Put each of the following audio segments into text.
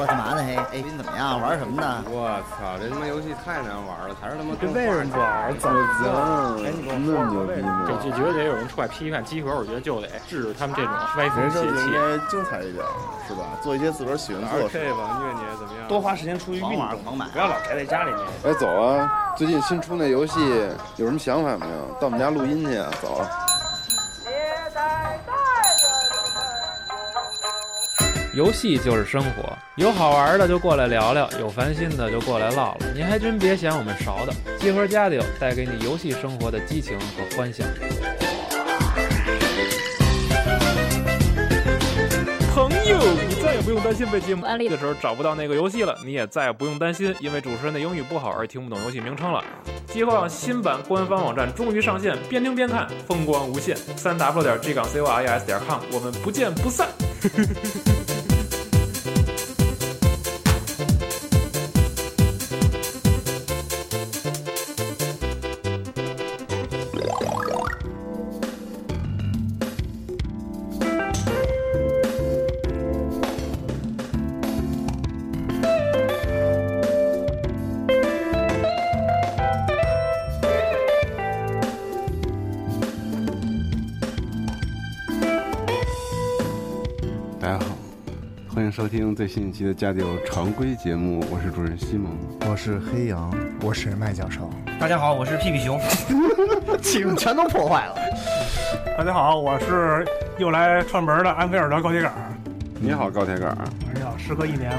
哎哎，你怎么样？玩什么呢？我操，这他妈游戏太难玩了，还是他妈这跟为什么不玩？怎么我操，那么牛逼吗？这就觉得得有人出来批判集合，我觉得就得制止他们这种歪风人邪生就应气。该精彩一点，是吧？做一些自个儿喜欢做的事。 K 吧，虐你啊怎么样？多花时间出去运狂玩动，狂买啊不要老宅在家里面。哎，走啊！最近新出那游戏有什么想法没有？到我们家录音去啊！走了。游戏就是生活，有好玩的就过来聊聊，有烦心的就过来唠唠。您还真别嫌我们勺的，集合家里有带给你游戏生活的激情和欢笑。朋友，你再也不用担心被节目安利的时候找不到那个游戏了，你也再也不用担心因为主持人的英语不好而听不懂游戏名称了。集合网新版官方网站终于上线，边听边看，风光无限。三 w 点 g 港 c o i s 点 com，我们不见不散。 大家好，哎欢迎收听最新一期的《家里有常规节目》，我是主持人西蒙。我是黑羊，我是麦教授。大家好，我是屁屁 熊。气氛全都破坏了。 大家好，我是又来串门的安菲尔德高铁杆。你好，高铁杆啊儿，哎呀，时隔一年了，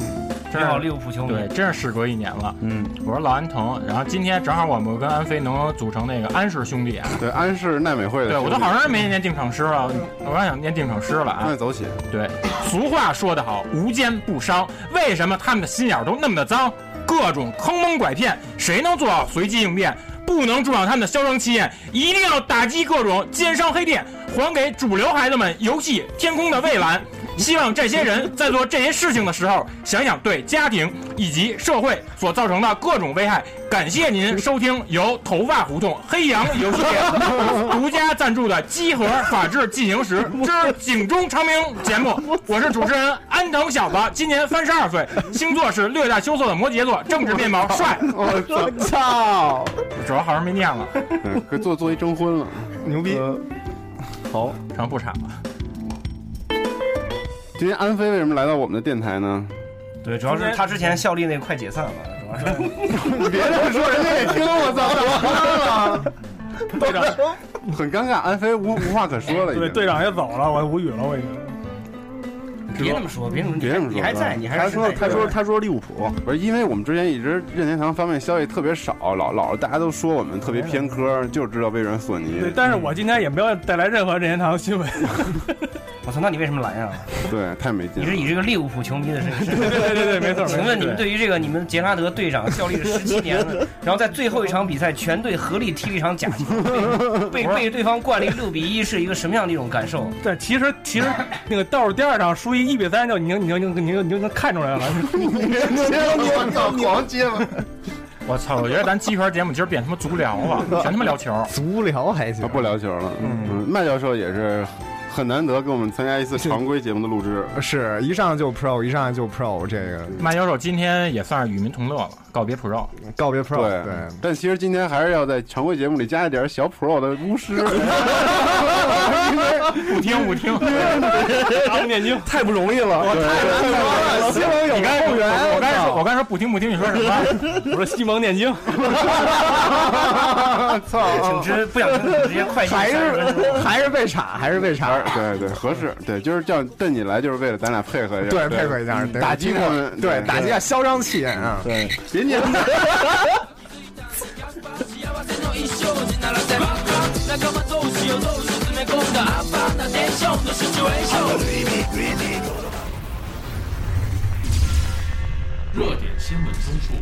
嗯你好，利物浦球迷。对，真是事隔一年了。嗯，我是老安藤，然后今天正好我们跟安飞能组成那个安氏兄弟啊。对，安氏奈美惠的对，兄弟，我都好长时间没念定场诗了，我刚想念定场诗了那啊。走起，对，俗话说得好，无奸不商。为什么他们的心眼儿都那么的脏？各种坑蒙拐骗，谁能做好随机应变？不能助长他们的嚣张气焰，一定要打击各种奸商黑店，还给主流孩子们游戏天空的蔚蓝。希望这些人在做这些事情的时候，想想对家庭以及社会所造成的各种危害。感谢您收听由头发胡同黑羊游戏 店 独家赞助的《集合法制进行时之警钟长鸣》节 目，我是主持人安藤小子，今年三十二岁，星座是略带羞涩的摩羯座，政治面貌帅。 我操，操！主要好像没念了，嗯 可以做作为征婚了。呃牛逼！好，成不产了。 今天安飞为什么来到我们的电台呢？对，主要是他之前效力那个快解散了， 主要是。你 别这么说，人家也听，我 操，队长， 很尴尬，安飞无无话可说了，已对，经。队长也走了，我无语了，我已经。别那么说，别那么嗯别这么说，啊你还在，你还他是说，在嗯他说，他说利物浦，不是因为我们之前一直任天堂方面消息特别少，老老大家都说我们特别偏科，就知道微软、索尼。对，但是我今天也没有带来任何任天堂新闻。 我操，那你为什么来呀？对，太没劲你了是。以这个利物浦球迷的身份。对对对对，没错。没错请问你们对于这个你们杰拉德队长效力了十七年了， 然后在最后一场比赛全队合力踢了一场假球， 被被被对方灌了一六比一，是一个什么样的一种感受？ 对，其实其实那个倒数第二场输一一比三，就你就你就你就你就你就能看出来了。我操，狂接了！我操！我觉得咱集合节目今儿变他妈足疗了， 全他妈聊球。足疗还行啊他，不聊球了。嗯，麦教授也是很难得跟我们参加一次常规节目的录制。 是一上就 Pro，一上就 Pro，这个麦教授今天也算是与民同乐了，告别 Pro。告别 Pro，对，但其实今天还是要在常规节目里加一点小 Pro 的巫师。 不听不 听， 太不容易了，我太难得了，希望有你刚才后援。我刚才说，我刚才说不听不听，你说什么？ 我说西蒙念经，请直不想听的直接快进还30分钟是 还是被查，还是被查，对对，合适，对，就是叫瞪你来，就是为了咱俩配合一下，对，配合一下，对嗯打击他们，对，打击一下嚣张气焰啊！对，别念。热点新闻综述。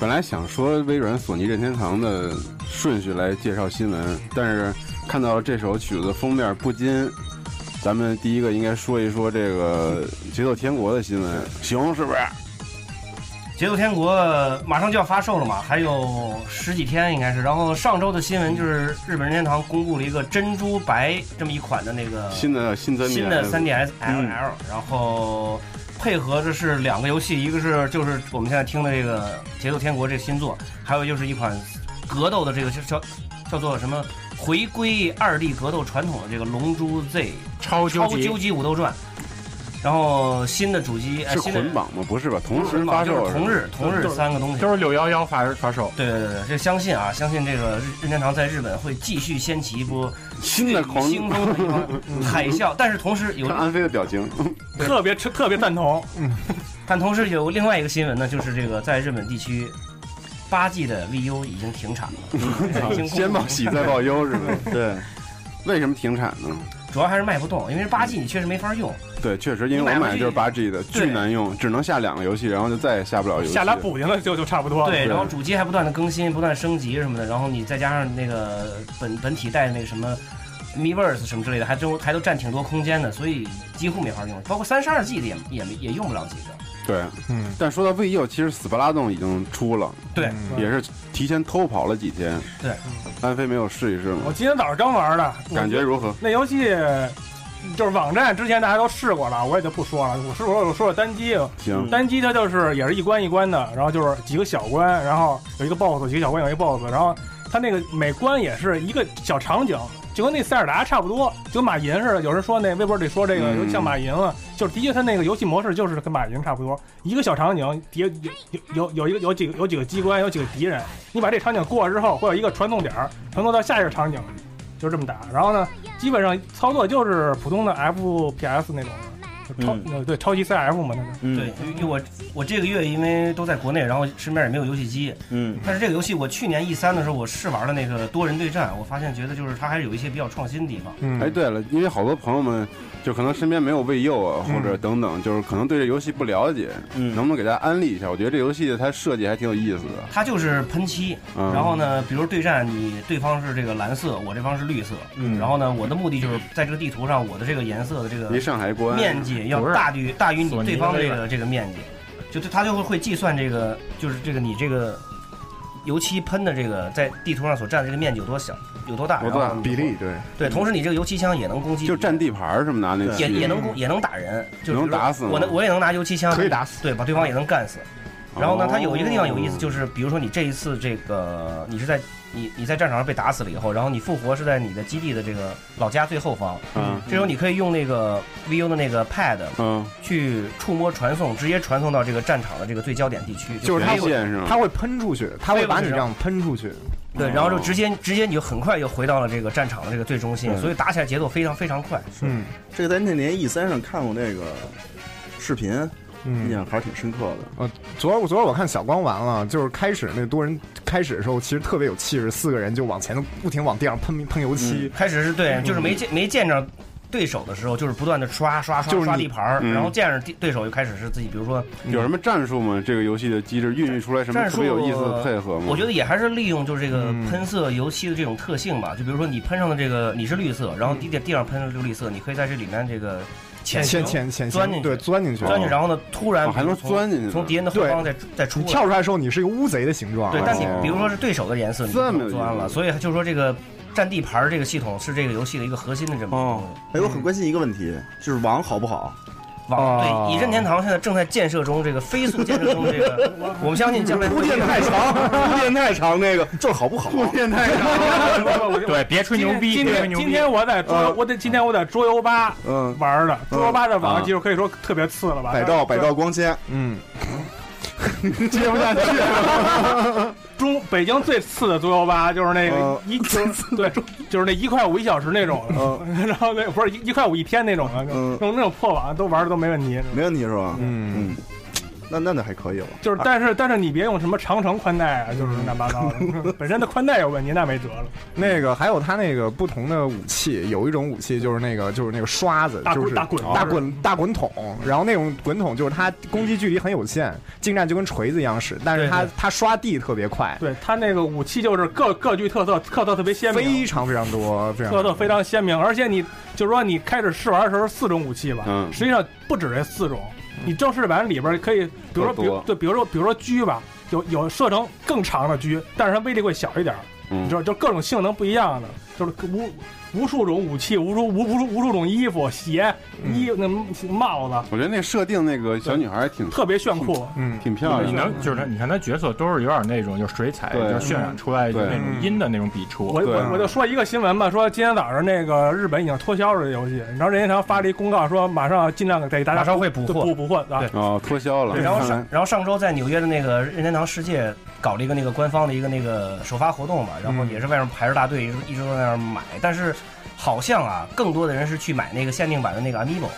本来想说微软、索尼、任天堂的顺序来介绍新闻，但是看到了这首曲子的封面，不禁，咱们第一嗯个应该说一说这个《节奏天国》的新闻，熊是不是？ 《节奏天国》马上就要发售了嘛，还有十几天应该是。然后上周的新闻就是日本任天堂公布了一个珍珠白这么一款的那个新的嗯新三新的 3DS LL，然后配合着是两个游戏，一个是就是我们现在听的这个《节奏天国》这个新作，还有就是一款格斗的这个叫叫叫做什么？回归二 D 格斗传统的这个《龙珠 Z 超超究极究极武斗传》，然后新的主机哎是新的捆绑吗？不是吧？同时捆绑发就是售是吧，同日同日三个东西，都是六幺幺发发售。对对对对，这相信啊，相信这个日任天堂在日本会继续掀起一波新的狂兴风的一波海啸，但是同时 有看安飞的 表情，特别特别赞同，但同时有另外一个新闻呢，就是这个在日本地区。八 G 的 VU 已经停产 了，已经公布先报喜再报忧是吧？ 对，为什么停产呢？主要还是卖不动，因为八 G 你确实没法用。对，确实，因为你买我回买的去就是八 G 的，巨难用，只能下两个游戏，然后就再也下不了游戏。下俩补丁了就就差不多了对，对然后主机还不断的更新、不断升级什么的，然后你再加上那个本本体带那个什么 Miiverse 什么之类的，还都还都占挺多空间的，所以几乎没法用。包括三十二 G 的也也没也用不了几个。对，嗯。但说到 VU，其实斯巴拉洞已经出了，对，也是提前偷跑了几天。对，安飞没有试一试吗我？今天早上刚玩的，我感觉如何？那游戏就是网站之前大家都试过了，我也就不说了。我是我我说说单机，行单机它就是也是一关一关的，然后就是几个小关，然后有一个 BOSS，几个小关有一个 BOSS，然后它那个每关也是一个小场景，就跟那塞尔达差不多，就跟马银似的。有人说那微博里说这个嗯有像马银了，就是的确它那个游戏模式就是跟马银差不多，一个小场景底下有有有有一个有几个有几个机关，有几个敌人，你把这场景过了之后，会有一个传送点儿传送到下一个场景，就这么打。然后呢，基本上操作就是普通的 FPS 那种的，就超、呃对超级 CF 嘛，那是。对，因为我我这个月因为都在国内，然后身边也没有游戏机。嗯，但是这个游戏我去年 E 三的时候我试玩了那个多人对战，我发现觉得就是它还是有一些比较创新的地方。嗯哎，对了，因为好多朋友们就可能身边没有未幼啊，或者等等，就是可能对这游戏不了解，能不能给大家安利一下？我觉得这游戏它设计还挺有意思的。它就是喷漆，嗯然后呢，比如对战，你对方是这个蓝色，我这方是绿色，嗯然后呢，我的目的就是在这个地图上，我的这个颜色的这个一上海关面积要不是大于大于索你尼对方的这微个软这个面积，就对它就会会计算这个就是这个你这个油漆喷的这个在地图上所占的这个面积有多小有多大，多然大后比例？对对，同时你这个油漆枪也能攻击，就占地盘儿什么拿那也器也能攻也能打人，就是能比如说打死吗我能我也能拿油漆枪可以打打死，对，把对方也能干死。然后呢哦，它有一个地方有意思，就是比如说你这一次这个你是在你你在战场上被打死了以后，然后你复活是在你的基地的这个老家最后方，嗯这时候你可以用那个 VU 的那个 Pad，嗯，去触摸传送，直接传送到这个战场的这个最焦点地区，就是它飞过去会哦它会喷出去，它会把你这样喷出去。哦对，然后就直接直接你就很快就回到了这个战场的这个最中心，嗯所以打起来节奏非常非常快。嗯，这个在那年 E 三上看过那个视频，嗯印象还是挺深刻的。呃，昨儿我昨儿我看小光完了，就是开始那多人开始的时候，其实特别有气势，四个人就往前不停往地上喷喷油嗯漆。开始是对，嗯就是没见没见着对手的时候，就是不断的刷刷就刷是刷你地盘儿，嗯然后见着地对手就开始是自己，比如说有什么战术吗？这个游戏的机制孕育出来什么战特术别有意思的配合吗？我觉得也还是利用就是这个喷色油漆的这种特性吧，就比如说你喷上的这个你是绿色，然后地地上喷上的绿色，你可以在这里面这个潜潜行潜潜钻进去，对，钻进去，钻进去，然后呢，突然从从敌人的后方对再再出你来跳出来的时候，你是一个乌贼的形状。对，但你哦比如说是对手的颜色，你就这么不有钻意了，思所以就是说这个占地盘儿这个系统是这个游戏的一个核心的这么一个东西。哎，我很关心一个问题，就是网好不好？网啊对，以任天堂现在正在建设中，这个飞速建设中，这 个我们相信将来铺垫太长， 铺垫太长，那个就是好不啊好？铺垫太长对，别吹牛逼，今别吹天牛逼。今天我在桌游，我在今天我在桌游吧嗯玩的，桌游吧的网嗯上技术可以说特别次了吧？百兆百兆光纤，嗯，接不下去。 中北京最次的桌游吧就是那个一就是对，就是那一块五一小时那种的， 然后那不是一一块五一天那种的，那种那种破网都玩的都没问题。没问题是吧？嗯嗯，那那那还可以了。啊就是，但是但是你别用什么长城宽带啊，就是乱七八糟的，本身的宽带有问题，那没辙了。那个还有它那个不同的武器，有一种武器就是那个就是那个刷子，大就滚是大滚大滚大滚筒，然后那种滚筒就是它攻击距离很有限，近战就跟锤子一样使，但是它对对它刷地特别快，对他那个武器就是各各具特色，特色特别鲜明，非常非常多，非常特色非常鲜明，而且你就是说你开始试玩的时候是四种武器吧，嗯实际上不止这四种，你正式版里边可以比如说，够比如嗯多对，比如说，比如说狙吧，有有射程更长的狙，但是它威力会小一点儿，嗯你知道，就各种性能不一样的，就是无无数种武器，无数无无数无数种衣服、鞋、嗯衣那帽子，我觉得那设定那个小女孩还挺特别炫酷，嗯， 挺漂亮的。你能就是他，你看他角色都是有点那种，就是水彩，对就是渲染出来对那种阴的那种笔触。我啊我我就说一个新闻吧，说今天早上那个日本已经脱销了这游戏，然后任天堂发了一公告说马上尽量给大家马上会补货补补货啊，哦，脱销了。对，然后看嗯来上然后上周在纽约的那个任天堂世界搞了一个那个官方的一个那个首发活动嘛，然嗯后也是外面排着大队，一直一直都在那儿买，但是好像啊，更多的人是去买那个限定版的那个 Amiibo，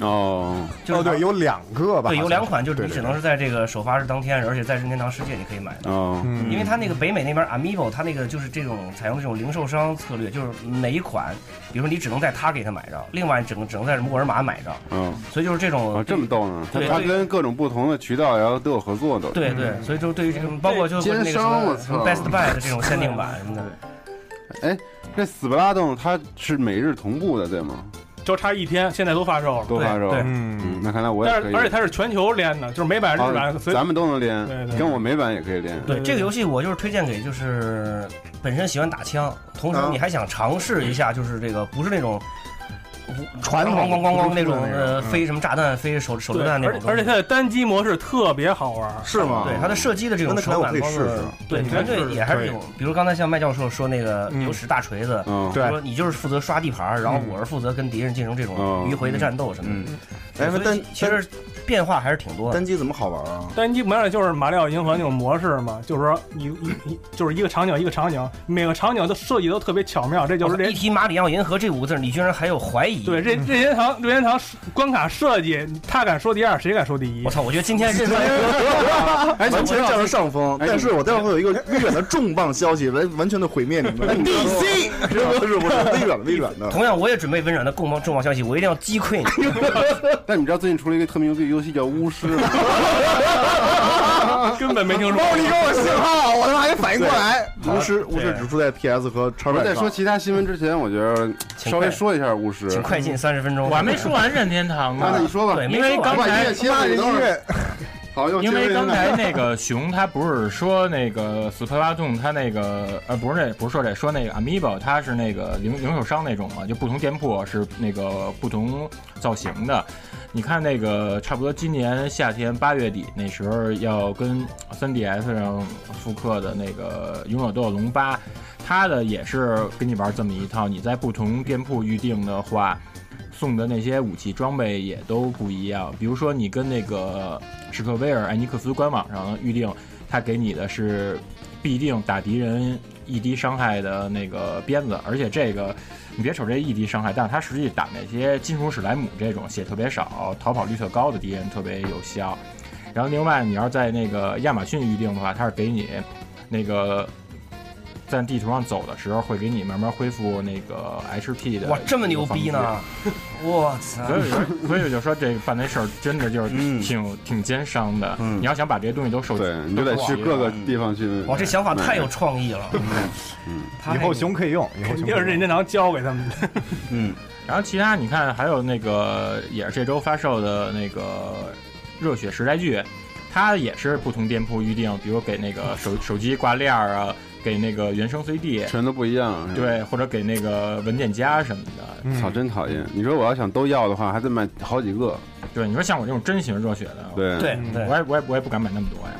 哦，就是哦对，有两个吧，对，有好像两款，就是你对只能是在这个首发日当天，而且在任天堂世界你可以买到。哦，嗯因为它那个北美那边 Amiibo，它那个就是这种采用这种零售商策略，就是每一款，比如说你只能在它给它买着，另外只能只能在沃尔玛买着，嗯，所以就是这种哦这么逗呢，他对他对跟各种不同的渠道然后都有合作的。嗯对对，所以就对于这种，包括就奸是那个什商么我什么操 Best Buy 的这 种限定版什么的，哎，这死不拉动它是每日同步的对吗？就差一天，现在都发售了，都发售。对，对嗯，那看来我也但可是以。而且它是全球连的，就是美版、日啊版，随咱们都能连对，对跟我美版也可以连。对这个游戏，我就是推荐给就是本身喜欢打枪，同时啊你还想尝试一下，就是这个不是那种传统咣咣咣咣那种不是那种呃嗯飞什么炸弹、飞手手榴对，弹那而种而东且西。它的单机模式特别好玩，是吗对它的射击的这种那可能手感，我可以包括试试啊对，对你们可以这试试也还是有对，比如刚才像麦教授说那个嗯有史大锤子，嗯对说你就是负责刷地盘儿，然后我是负责跟敌人进行这种嗯迂回的战斗什么的。哎，所以单其实变化还是挺多的。单机怎么好玩啊？单机模式就是马里奥银河那种模式嘛，就是说一一一就是一个场景一个场景，每个场景都设计都特别巧妙，这就是一这提马里奥银河这五个字儿，你居然还有怀疑？对，任任天堂任天堂关卡设计，他敢说第二，谁敢说第一？我操！我觉得今天任哎，完全占了上风，哎但是我待会儿会有一个微软的重磅消息，完完全的毁灭你们。DC 不是不是微软的微软的，同样，我也准备微软的重磅重磅消息，我一定要击溃你。但你知道最近出了一个特别牛逼的游戏叫《巫师》吗？ 根本没听说。哦，你给我信号，我他妈还没反应过来。巫师巫师只出在 PS 和叉我 b 在上。说其他新闻之前，我觉得请稍微快说一下巫师。请快进三十分钟，嗯我还没说完任天堂啊，那你呢，说吧对，，因为刚把音才乐切了，你等会儿。好，又因切为回刚才来那个熊他不是说那个 s p l a t o n 他那个呃不是那不是说这说那个 Amiibo 它是那个零零售商那种嘛，就不同店铺是那个不同造型的。你看那个差不多今年夏天八月底那时候要跟 3DS 上复刻的那个《勇者斗恶龙八》，它的也是给你玩这么一套，你在不同店铺预定的话。送的那些武器装备也都不一样。比如说，你跟那个史克威尔艾尼克斯官网上预定，他给你的是必定打敌人一滴伤害的那个鞭子，而且这个你别瞅这一滴伤害，但是它实际打那些金属史莱姆这种血特别少、逃跑率特高的敌人特别有效。然后另外，你要是在那个亚马逊预定的话，它是给你那个。在地图上走的时候，会给你慢慢恢复那个 HP 的。哇，这么牛逼 呢！！我操！所以我就，所以我就说这办那事儿真的就是嗯挺、挺奸商的。你要想把这些东西都收集，对，你就得去各个嗯地方去。哇，这想法太有创意了。嗯太以后熊可以用，以后肯熊定是任天堂教给他们的。嗯，然后其他你看还有那个也是这周发售的那个热血时代剧，它也是不同店铺预定，比如给那个手手机挂链儿啊，给那个原声 CD，全都不一样。嗯是吧，对，或者给那个文件夹什么的。嗯操，真讨厌！你说我要想都要的话，还得买好几个。对，你说像我这种真型热血的，嗯对，嗯对对我，也我也我也不敢买那么多呀，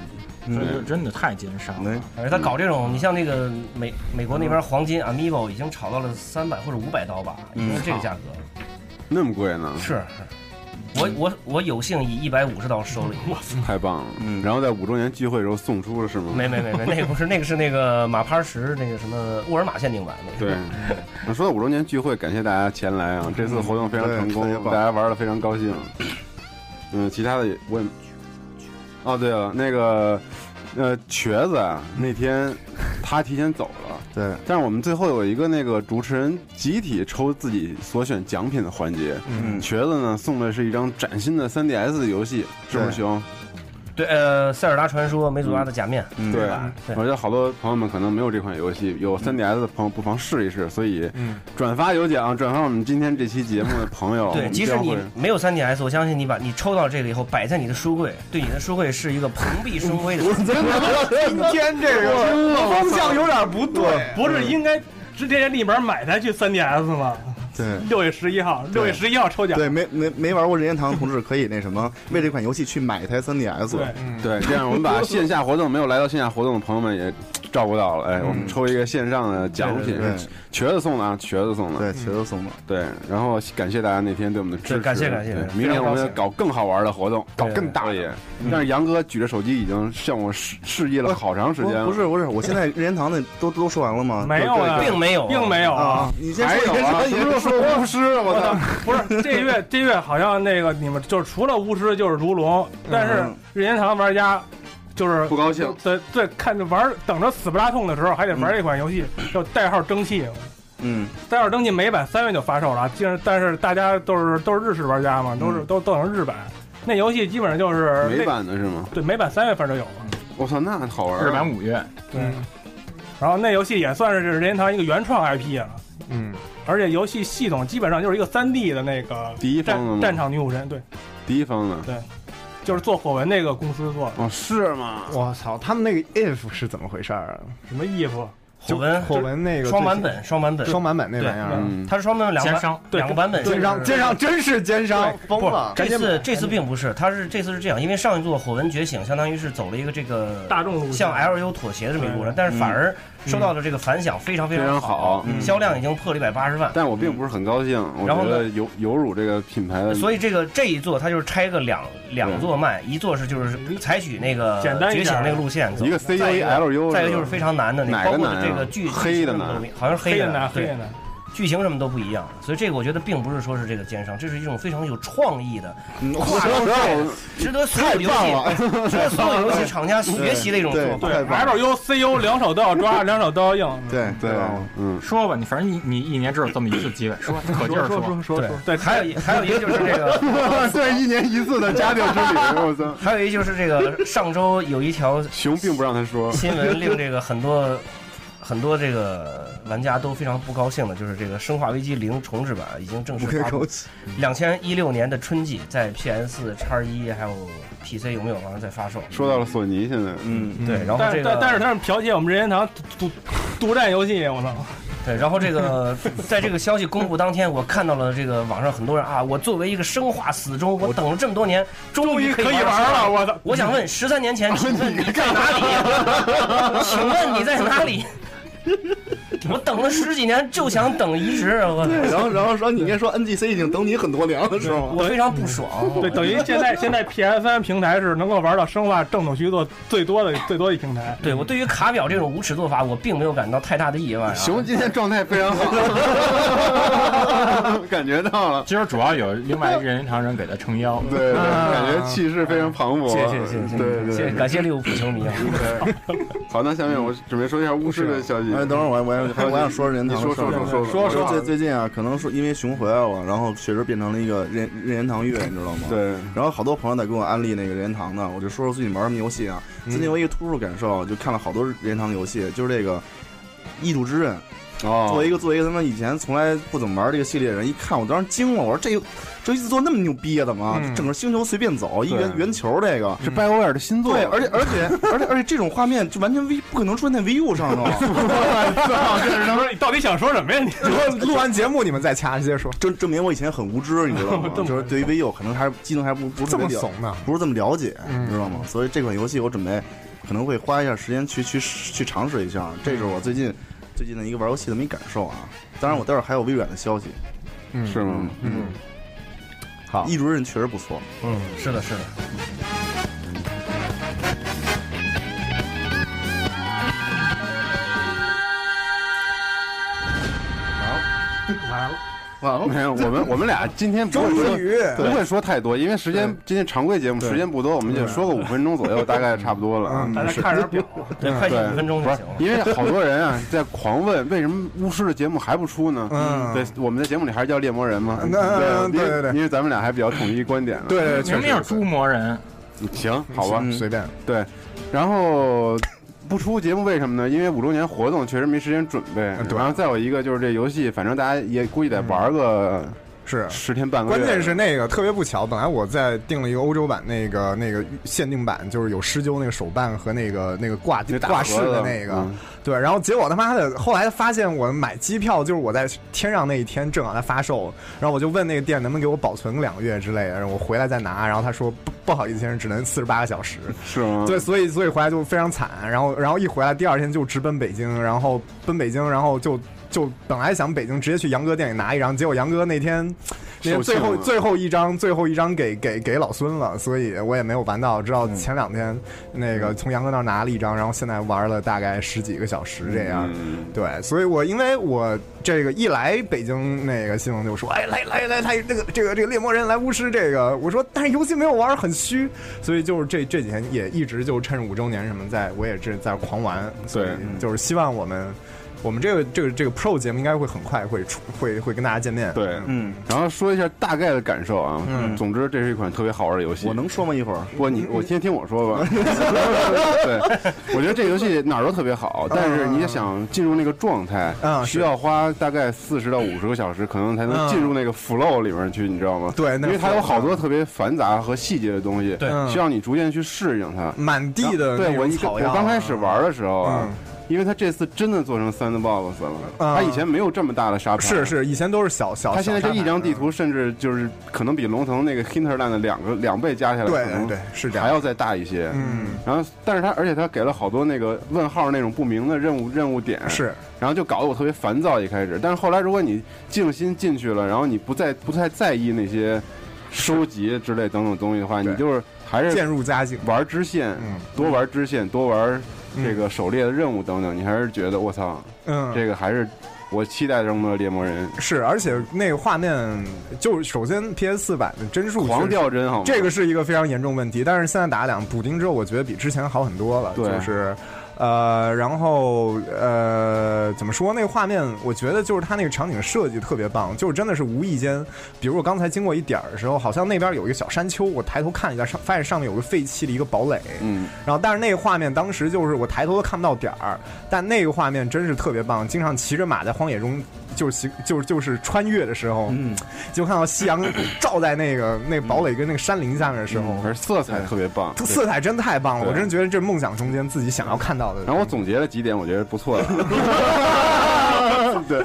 所以就真的太奸商了。而且他搞这种，你像那个美美国那边黄金 Amiibo 已经炒到了三百或者五百刀吧，已经是这个价格嗯了。那么贵呢，是，我我我有幸以一百五十刀收了一个，太棒了。嗯，然后在五周年聚会的时候送出了是吗？没没没没，那个不是那个是那个马趴石那个什么沃尔玛限定版那个。对，那说到五周年聚会，感谢大家前来啊！这次活动非常成嗯对特别功，棒大家玩的非常高兴。嗯，其他的也我也哦，对了，那个呃，瘸子啊，那天他提前走了， 对，但是我们最后有一个那个主持人集体抽自己所选奖品的环节，嗯瘸子呢送的是一张崭新的 3DS 的游戏，是不是对熊？对，呃，塞尔达传说、梅祖拉的假面，嗯对嗯对吧？，我觉得好多朋友们可能没有这款游戏，有 3DS 的朋友不妨试一试。所以，转发有奖，转发我们今天这期节目的朋友，我 对，们即使将你会没有 3DS，我相信你把你抽到这个以后，摆在你的书柜，对你的书柜是一个蓬荜生辉的。我真的今天这个方向有点不对，不是应该直接立马买它去 3DS 吗？对。六月十一号，六月十一号抽奖，嗯对，没没没玩过任天堂的同志可以那什么，为这款游戏去买一台 3DS。对嗯嗯对，这样我们 把线下活动没有来到线下活动的朋友们也照顾到了。哎，我们抽一个线上的奖品对对对，是瘸子送的啊，瘸子送的，嗯对，瘸子送的。对，然后感谢大家那天对我们的支持，对感谢感谢对感谢明年非我们常高搞更好玩的活动，搞更大的。嗯但是杨哥举着手机已经向我示示意了好长时间了。不是不是，我现在任天堂的都都说完了吗？ 没有啊，并没有啊！你先还说，有啊，你先说，你说巫师，啊我操！不是这 月这月好像那个你们就是除了巫师就是如龙，嗯但是任天堂玩家就是不高兴，对对，看着玩等着死不拉痛的时候还得玩这款游戏，叫代号蒸汽。嗯，代号蒸汽美版三月就发售了，竟然但是大家都是都是日式玩家嗯嘛，都是都都等着日版。那游戏基本上就是美那版的是吗？对，美版三月份就有了。我操，那好玩！啊日版五月，对。嗯然后那游戏也算是任天堂一个原创啊 IP 了，嗯，而且游戏系统基本上就是一个三 D 的那个第一战方的吗战场女武神，对第一方的，对，就是做火纹那个公司做的。哦，是吗？我操，他们那个 if 是怎么回事儿啊？什么衣服？就火纹火纹那个双版本，双版本，双版本那玩意儿对嗯它是双版本两奸个商版对两个版本，奸商奸商真是奸商对疯不了这赶紧次买这次并不是，它是这次是这样，因为上一座火纹觉醒相当于是走了一个这个大众路线向 LU 妥协的这么一个路嗯线，但是反而收到的这个反响非常嗯非常常好嗯销量已经破了一百八十万。但我并不是很高兴，我嗯然后觉呢得有有辱这个品牌的，所以这个这一座它就是拆个两两座卖，一座是就是采取那个简单觉一点醒那个路线走，一个再一 C A L U 再一个就是非常难的那哪包个括难啊这个剧黑的剧情什么难都不一好像是黑的的难对黑的难剧情什么都不一样，所以这个我觉得并不是说是这个奸商，这是一种非常有创意的嗯，跨时代的值得所有游太棒了戏，值得所有游戏厂家学习的一种做法。对 l u C U 两手都要抓，两手都要硬。对对，嗯，说吧，你反正你你一年只有这么一次机会，说可劲儿说说说说对，还有一还有一个就是这个 对一年一次的家庭之 旅， 我操！还有一就是这个上周有一条熊并不让他说新闻，令这个很多很多这个玩家都非常不高兴的，就是这个《生化危机零》重置版已经正式发不布高兴，两千一六年的春季在 PS 叉一 E 还有 PC 有没有好像在发售？说到了索尼现在，嗯对然后但这个但但是他们剽窃我们任天堂独独独占游戏，我操！ 对，然后这个在这个消息公布当天，我看到了这个网上很多人啊，我作为一个生化死忠，我等了这么多年，终于终于可以玩玩了了。我操我想问，十三年 前，请问你在哪里？ 请问你在哪里？ 我等了十几年，就想等移植，我对，然后然后说你应该说 NGC 已经等你很多年了，是吗？我非常不爽。对，等于现在现在 PS 三平台是能够玩到生化正统续作最多的最多的平台。对我对于卡表这种无耻做法，我并没有感到太大的意外、啊。熊 今天状态非常 好， 感觉到了。今儿主要有另外一个任天堂人给他撑腰，对对啊感觉气势非常磅礴谢谢谢谢，对对谢谢感谢利物浦球迷。好，那下面我准备说一下巫师的消息。哎，等会儿我我我我想说任天堂你的说事儿说说说我最最近啊，可能是因为熊回来了，然后确实变成了一个任任天堂月，你知道吗？对。然后好多朋友在给我安利那个任天堂的，我就说说最近玩什么游戏啊。嗯最近我一个突出感受，就看了好多任天堂的游戏，就是这个《异度之刃》。哦作为一个作为一个他妈以前从来不怎么玩这个系列的人，一看我当时惊了，我说这这游戏做那么牛逼啊，怎么、嗯整个星球随便走一圆对圆球这个是拜欧尔的新作对，而且而且而且而且这种画面就完全 V 不可能出现在 VU 上 头。哦这是他 妈你到底想说什么呀？你录完节目你们再哎掐，接着说。证证明我以前很无知，你知 道吗？就是对于 VU 可能还是机能还不不是特别这么了怂呢，不是这么了解，嗯你知道吗？所以这款游戏我准备可能会花一下时间去去去尝试一下，这是我最嗯近最近的一个玩游戏的一感受啊。当然，我待会儿还有微软的消息，嗯是吗？嗯，好，易主任确实不错，嗯，是的，是的。完了。完没有，我们我们俩今天不会终于说不会说太多，因为时间今天常规节目时间不多，我们就说个五分钟左右，大概差不 多了嗯啊。大家看着表，对，快进五分钟就不是行，因为好多人啊在狂问为什么巫师的节目还不出呢？嗯对，我们的节目里还是叫猎魔人嘛。那对对嗯因为对因为咱们俩还比较统一观点了。明明是猪魔人，行，好吧，嗯随便。对，然后不出节目为什么呢？因为五周年活动确实没时间准备。啊然后再有一个就是这游戏，反正大家也估计得玩个嗯是十天半个 月。关键是那个特别不巧，本来我在订了一个欧洲版那个那个限定版，就是有施灸那个手办和那个那个挂打挂饰折的的那个，嗯对。然后结果他妈的，后来发现我买机票就是我在天上那一天正好在发售，然后我就问那个店能不能给我保存个两个月之类的，然后我回来再拿。然后他说不不好意思，先生，只能四十八个小时。是吗？对，所以所以回来就非常惨，然后然后一回来第二天就直奔北京，然后奔北京，然后就就本来想北京直接去杨哥店里拿一张，结果杨哥那天那天售罄最后了最后一张最后一张给给给老孙了，所以我也没有玩到，直到前两天那个从杨哥那儿拿了一张，然后现在玩了大概十几个小时这样，对，所以我因为我这个一来北京那个新闻就说，哎来来来来，这个这个这个猎魔人来巫师这个，我说但是游戏没有玩很虚，所以就是这这几天也一直就趁着五周年什么在，我也是在狂玩，所以嗯就是希望我们我们这个这个这个 Pro 节目应该会很快会出会会跟大家见面，对，嗯，然后说一下大概的感受啊。嗯总之这是一款特别好玩的游戏。我能说吗？一会儿？不，你我先听我说 吧。对， 我觉得这游戏哪儿都特别好，但是你想进入那个状态，嗯需要花大概四十到五十个小时，可能才能进入那个 flow 里面去，你知道吗？对那个因为它有 flow，嗯好多特别繁杂和细节的东西，对嗯需要你逐渐去适应它。满地的对那我种一草我药刚啊开始玩的时候啊，因为它这次真的做成 sandbox 了，嗯它以前没有这么大的沙盘。是是，以前都是小小，它现在小就沙一盘张地图，甚至就是可能比龙腾那个 Hinterland 的两个两倍加起来，对可能对是这还要再大一些。嗯，然后但是它而且它给了好多那个问号那种不明的任务任务点，是，然后就搞得我特别烦躁一开始。但是后来如果你静心进去了，然后你不再不太在意那些收集之类等等东西的话，你就是还是渐入佳境，嗯玩支线，多玩支线，多玩这个狩猎的任务等等，你还是觉得我操，嗯这个还是我期待中的猎魔人。是，而且那个画面，就是首先 PS 四版的帧数狂是掉帧好吗这个是一个非常严重问题。但是现在打两补丁之后，我觉得比之前好很多了，对就是。呃，然后呃，怎么说？那个画面，我觉得就是它那个场景设计特别棒，就是真的是无意间，比如我刚才经过一点儿的时候，好像那边有一个小山丘，我抬头看一下，上发现上面有个废弃的一个堡垒，嗯，然后但是那个画面当时就是我抬头都看不到点儿，但那个画面真是特别棒，经常骑着马在荒野中。就是骑就是就是穿越的时候，嗯，就看到夕阳照在那个那堡垒跟那个山林下面的时候，嗯而色彩特别棒，色彩真太棒了，对我真觉得这是梦想中间自己想要看到的。然后我总结了几点，我觉得不错的。 对，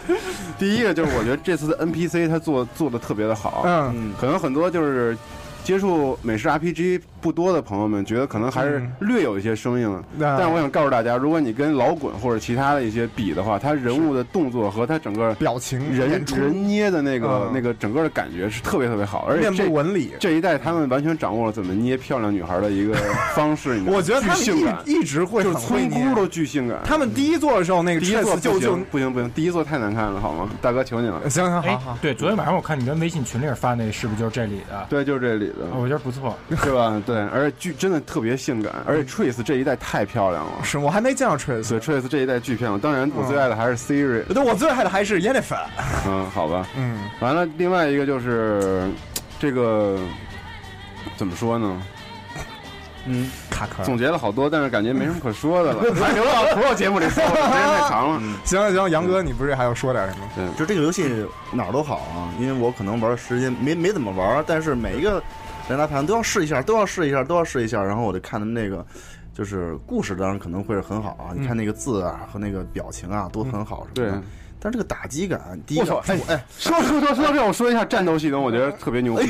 第一个就是我觉得这次的 NPC 他做做的特别的好，嗯，可能很多就是接触美式 RPG 不多的朋友们觉得可能还是嗯略有一些生硬，那但我想告诉大家，如果你跟老滚或者其他的一些比的话，他人物的动作和他整个表情人演出人捏的那个嗯那个整个的感觉是特别特别好，而且面部这纹理这一代他们完全掌握了怎么捏漂亮女孩的一个方式，你知道吗 我觉得巨他性感们一一直会就是很会村捏姑都巨性感。他们第一座的时候，那个第一座 Chess 就不就行不行不行，第一座太难看了，好吗？大哥，求你了。 行行哎，对，昨天晚上我看你们微信群里发那是不是就是这里的？对，就是这里的，哦我觉得不错。对吧？对，而且巨真的特别性感，而且 Trace 这一代太漂亮了。是我还没见到 Trace，对 Trace 这一代巨漂亮。当然，我最爱的还是 Siri。对，我最爱的还是 Yennefer。嗯，好吧。嗯，完了，另外一个就是这个怎么说呢？嗯，卡壳总结了好多，但是感觉没什么可说的了。 还留到到所有节目里说，我时间太长 了。嗯行了行了，杨哥，你不是还要说点什么？对，就这个游戏哪儿都好啊，因为我可能玩的时间没没怎么玩，但是每一个雷达盘都要试一下，都要试一下，都要试一下。然后我就看他们那个，就是故事当然可能会是很好啊，嗯你看那个字啊和那个表情啊都很好什么的。对但是这个打击感， 第一我个操！哎哎， 说说说说到这，我说一下战斗系统，我觉得特 别牛逼。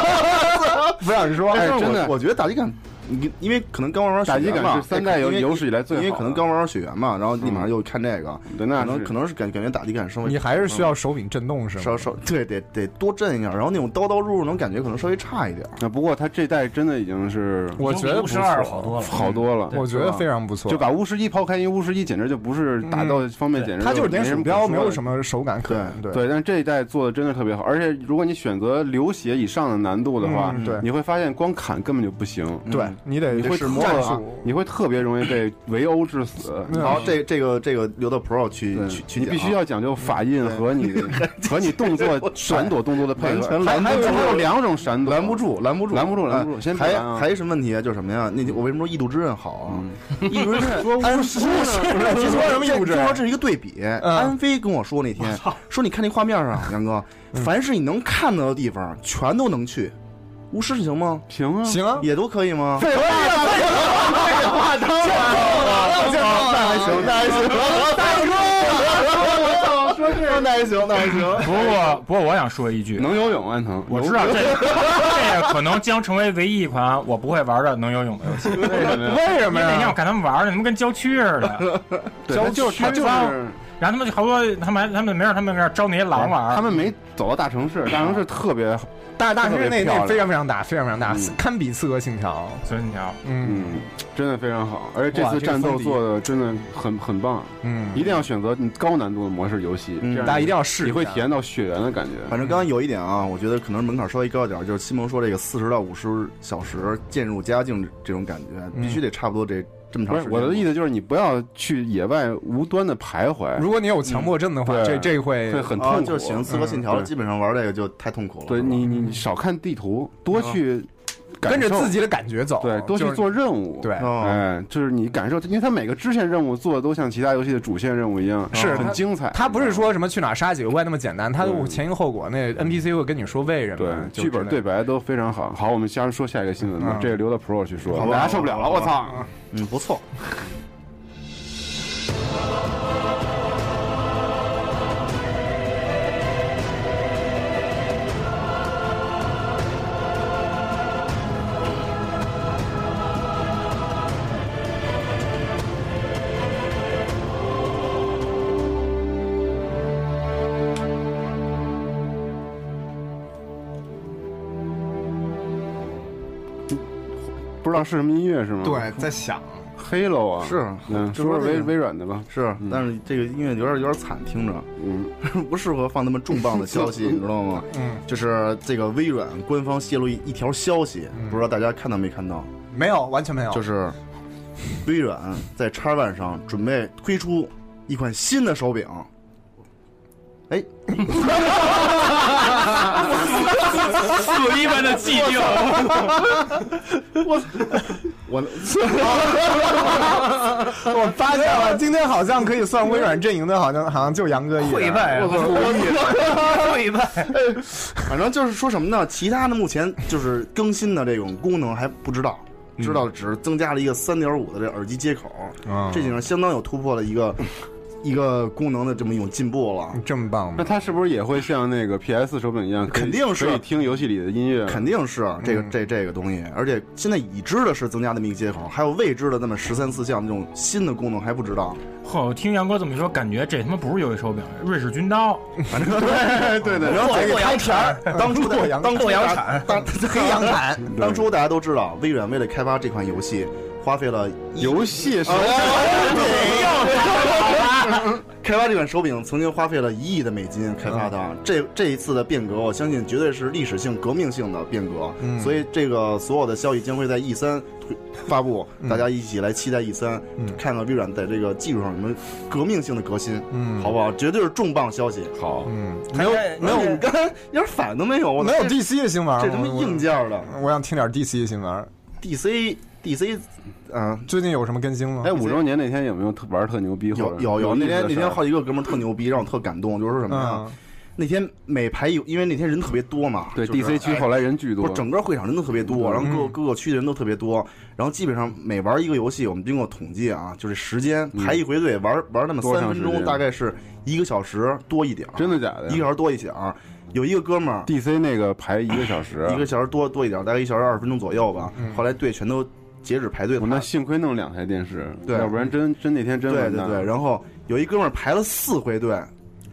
不让说哎，哎真的我我觉得打击感，你因为可能刚玩完打击感雪原嘛是三代哎有因为有史以来最好的嗯因为可能刚玩完雪原嘛，然后立马又看这个，对，可那能是可能是感感觉打击感稍微嗯你还是需要手柄震动是吗？稍稍对得得多震一下，然后那种刀刀入入那种感觉可能稍微差一点。那不过他这代真的已经是，我觉得不错52好多了好多了，嗯我觉得是吧非常不错嗯就把巫师一抛开，因为巫师一简直就不是打斗方面，简直它就是没连什鼠么可标说没的有什么手感可言，对对，但是这一代做的真的特别好，而且如果你选择流血以上的难度的话，嗯对你会发现光砍根本就不行。对嗯你得你会是特啊魔法你会特别容易被围殴致死。嗯然好后这这个这个留到 Pro 去去去你讲啊必须要讲究法印 和你和你动作闪躲动作的配完合，全拦还还有不住还有两种闪躲，拦不住，拦不住，拦不住，拦不住。哎先别还拦啊嗯还有什么问题啊？就是什么呀？那我为什么说异度之刃好啊？异度之刃说巫安师不 呢是不是不是啊这就说什么异度之刃嗯说这是一个对比。安飞跟我说那天说，你看那画面上，杨哥，凡是你能看到的地方，全都能去。巫师行吗？行啊，行啊，也都可以吗？废 话，废话，废话，当然了，那还行，那还行，大哥，说这那还行，那还行。 不过不过我想说一句，能游泳安藤，我知道这 这个可能将成为唯一一款我不会玩的能游泳的 游戏。为什么呀，为什么呀？那天我看他们玩的，他们跟郊区似的对他就是他就是然后他们就好多，他们还他们没让他们那儿招那些狼玩，他们没走到大 城市，大城市特别大大城市那那非常非常常大，非常非常大，堪比刺客信条。刺客信条，嗯，真的非常好，而且这哇次这个战斗风景做的真的很很棒，嗯，一定要选择你高难度的模式游戏，这样嗯大家一定要试，你会体验到血缘的感觉。反正刚刚有一点啊，我觉得可能门槛稍微高一点，就是西蒙说这个四十到五十小时渐入佳境这种感觉，必须得差不多这这么长不时是间。嗯我的意思就是你不要去野外无端的徘徊。如果你有强迫症的话对这这会会很痛苦。嗯啊就是喜欢刺客信条对基本上玩这个就太痛苦了。嗯对你你你少看地图，多去感受。跟着自己的感觉走对，多去就是做任务，对，哎，就是你感受，因为它每个支线任务做的都像其他游戏的主线任务一样，是很精彩。他不是说什么去哪儿杀几个怪那么简单，他有前因后果，那 NPC 会跟你说为什么。嗯就对，剧本对白都非常好。好，我们先说下一个新闻吧嗯，这个留到 Pro 去说好，吧大家受不了了，好吧我操！嗯，不错。不知道是什么音乐是吗？对，在想 Halo 啊，是嗯，就说说这个微微软的吧，是，但是这个音乐有点有点惨，听着，嗯， 不适合放他们重磅的消 息，你知道吗？嗯，就是这个微软官方泄露一一条消息，嗯不知道大家看到没看到？没有，完全没有，就是微软在 x One 上准备推出一款新的手柄。哎，死一般的寂静。我我发现了，今天好像可以算微软阵营的，好像好像就杨哥一人跪拜啊我操我跪拜。 反正就是说什么呢？其他的目前就是更新的这种功能还不知道，嗯知道的只是增加了一个三点五的这耳机接口，啊这已经是相当有突破的一个一个功能的这么一种进步了。这么棒那它是不是也会像那个 PS 手柄一样，可以肯定是可以听游戏里的音乐？肯定是嗯这个这这个东西，而且现在已知的是增加那么一个接口，还有未知的那么十三四项那种新的功能还不知道。嚯，我听杨哥这么一说，感觉这他妈不是游戏手柄，瑞士军 刀，反正 对对，然后这个开产，当 初大当初大家，当黑羊产，当初大家都知道，微软为了开发这款游戏，花费了呃游戏手开发这款手柄曾经花费了一亿的美金开发它，这这一次的变革，我相信绝对是历史性、革命性的变革。嗯所以这个所有的消息将会在 E 三推发布，大家一起来期待 E 三、看看微软在这个技术上有什么革命性的革新，嗯好不好？绝对是重磅消息。好，嗯，没有没有，你刚才一点反都没有，我没有这 DC 的新闻，啊这他妈硬件的。我想听点 DC 的新闻。 DC DC，嗯，最近有什么更新吗？哎，五周年那天有没有特玩特牛逼？或有者有有，那意思天的那事天儿好几个哥们儿特牛逼，让我特感动，就是说什么呀？那天每排有，因为那天人特别多嘛，对就是哎 DC 区后来人巨多不是整个会场人都特别多，然后各个各个区的人都特别多，然后基本上每玩一个游戏，我们经过统计啊，就是时间嗯排一回队玩玩那么多三长分时钟，间大概是一个小时多一点儿，真的假的呀一个小时多一点儿。有一个哥们儿，DC 那个排一个小时一个小时多多一点儿，大概一小时二十分钟左右吧。后来队全都截止排队我那幸亏弄两台电视，对要不然真真那天真对完对蛋对，然后有一哥们儿排了四回队，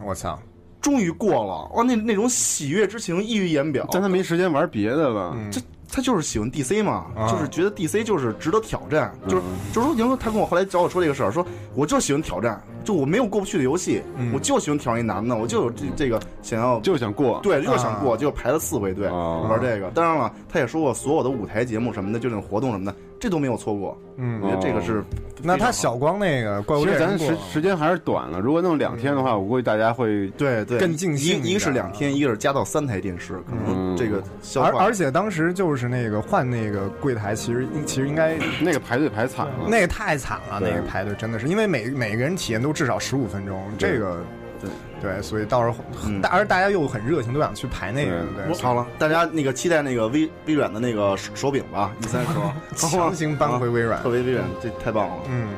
我操，终于过了，哇，那那种喜悦之情溢于言表。嗯但他没时间玩别的吧？啊这他就是喜欢 DC 嘛，就是觉得 DC 就是值得挑战，嗯就是就是说，你说他跟我后来找我说这个事儿，说我就喜欢挑战，就我没有过不去的游戏，我就喜欢挑战一男的，我就有这这个想要嗯就想过，啊对，就是啊想过，就排了四回队哦玩这个。当然了，他也说过所有的舞台节目什么的，就这种活动什么的，这都没有错过。嗯我觉得这个哦是那他小光那个怪物其猎实咱人过时时间还是短了，如果弄两天的话，我估计大家会嗯对对更尽兴一一个是两天，一个是加到三台电视，可嗯能这个消而化而且当时就是那个换那个柜台，其实其实应该 那个排队排惨了，那个太惨了，对那个排队真的是，因为每每个人体验都至少十五分钟，对嗯这个对对，所以到时候大而大家又很热情，都想去排那个，对，好了，大家那个期待那个微微软的那个手手柄吧，一三手强行搬回微软特别微软，这太棒了。嗯，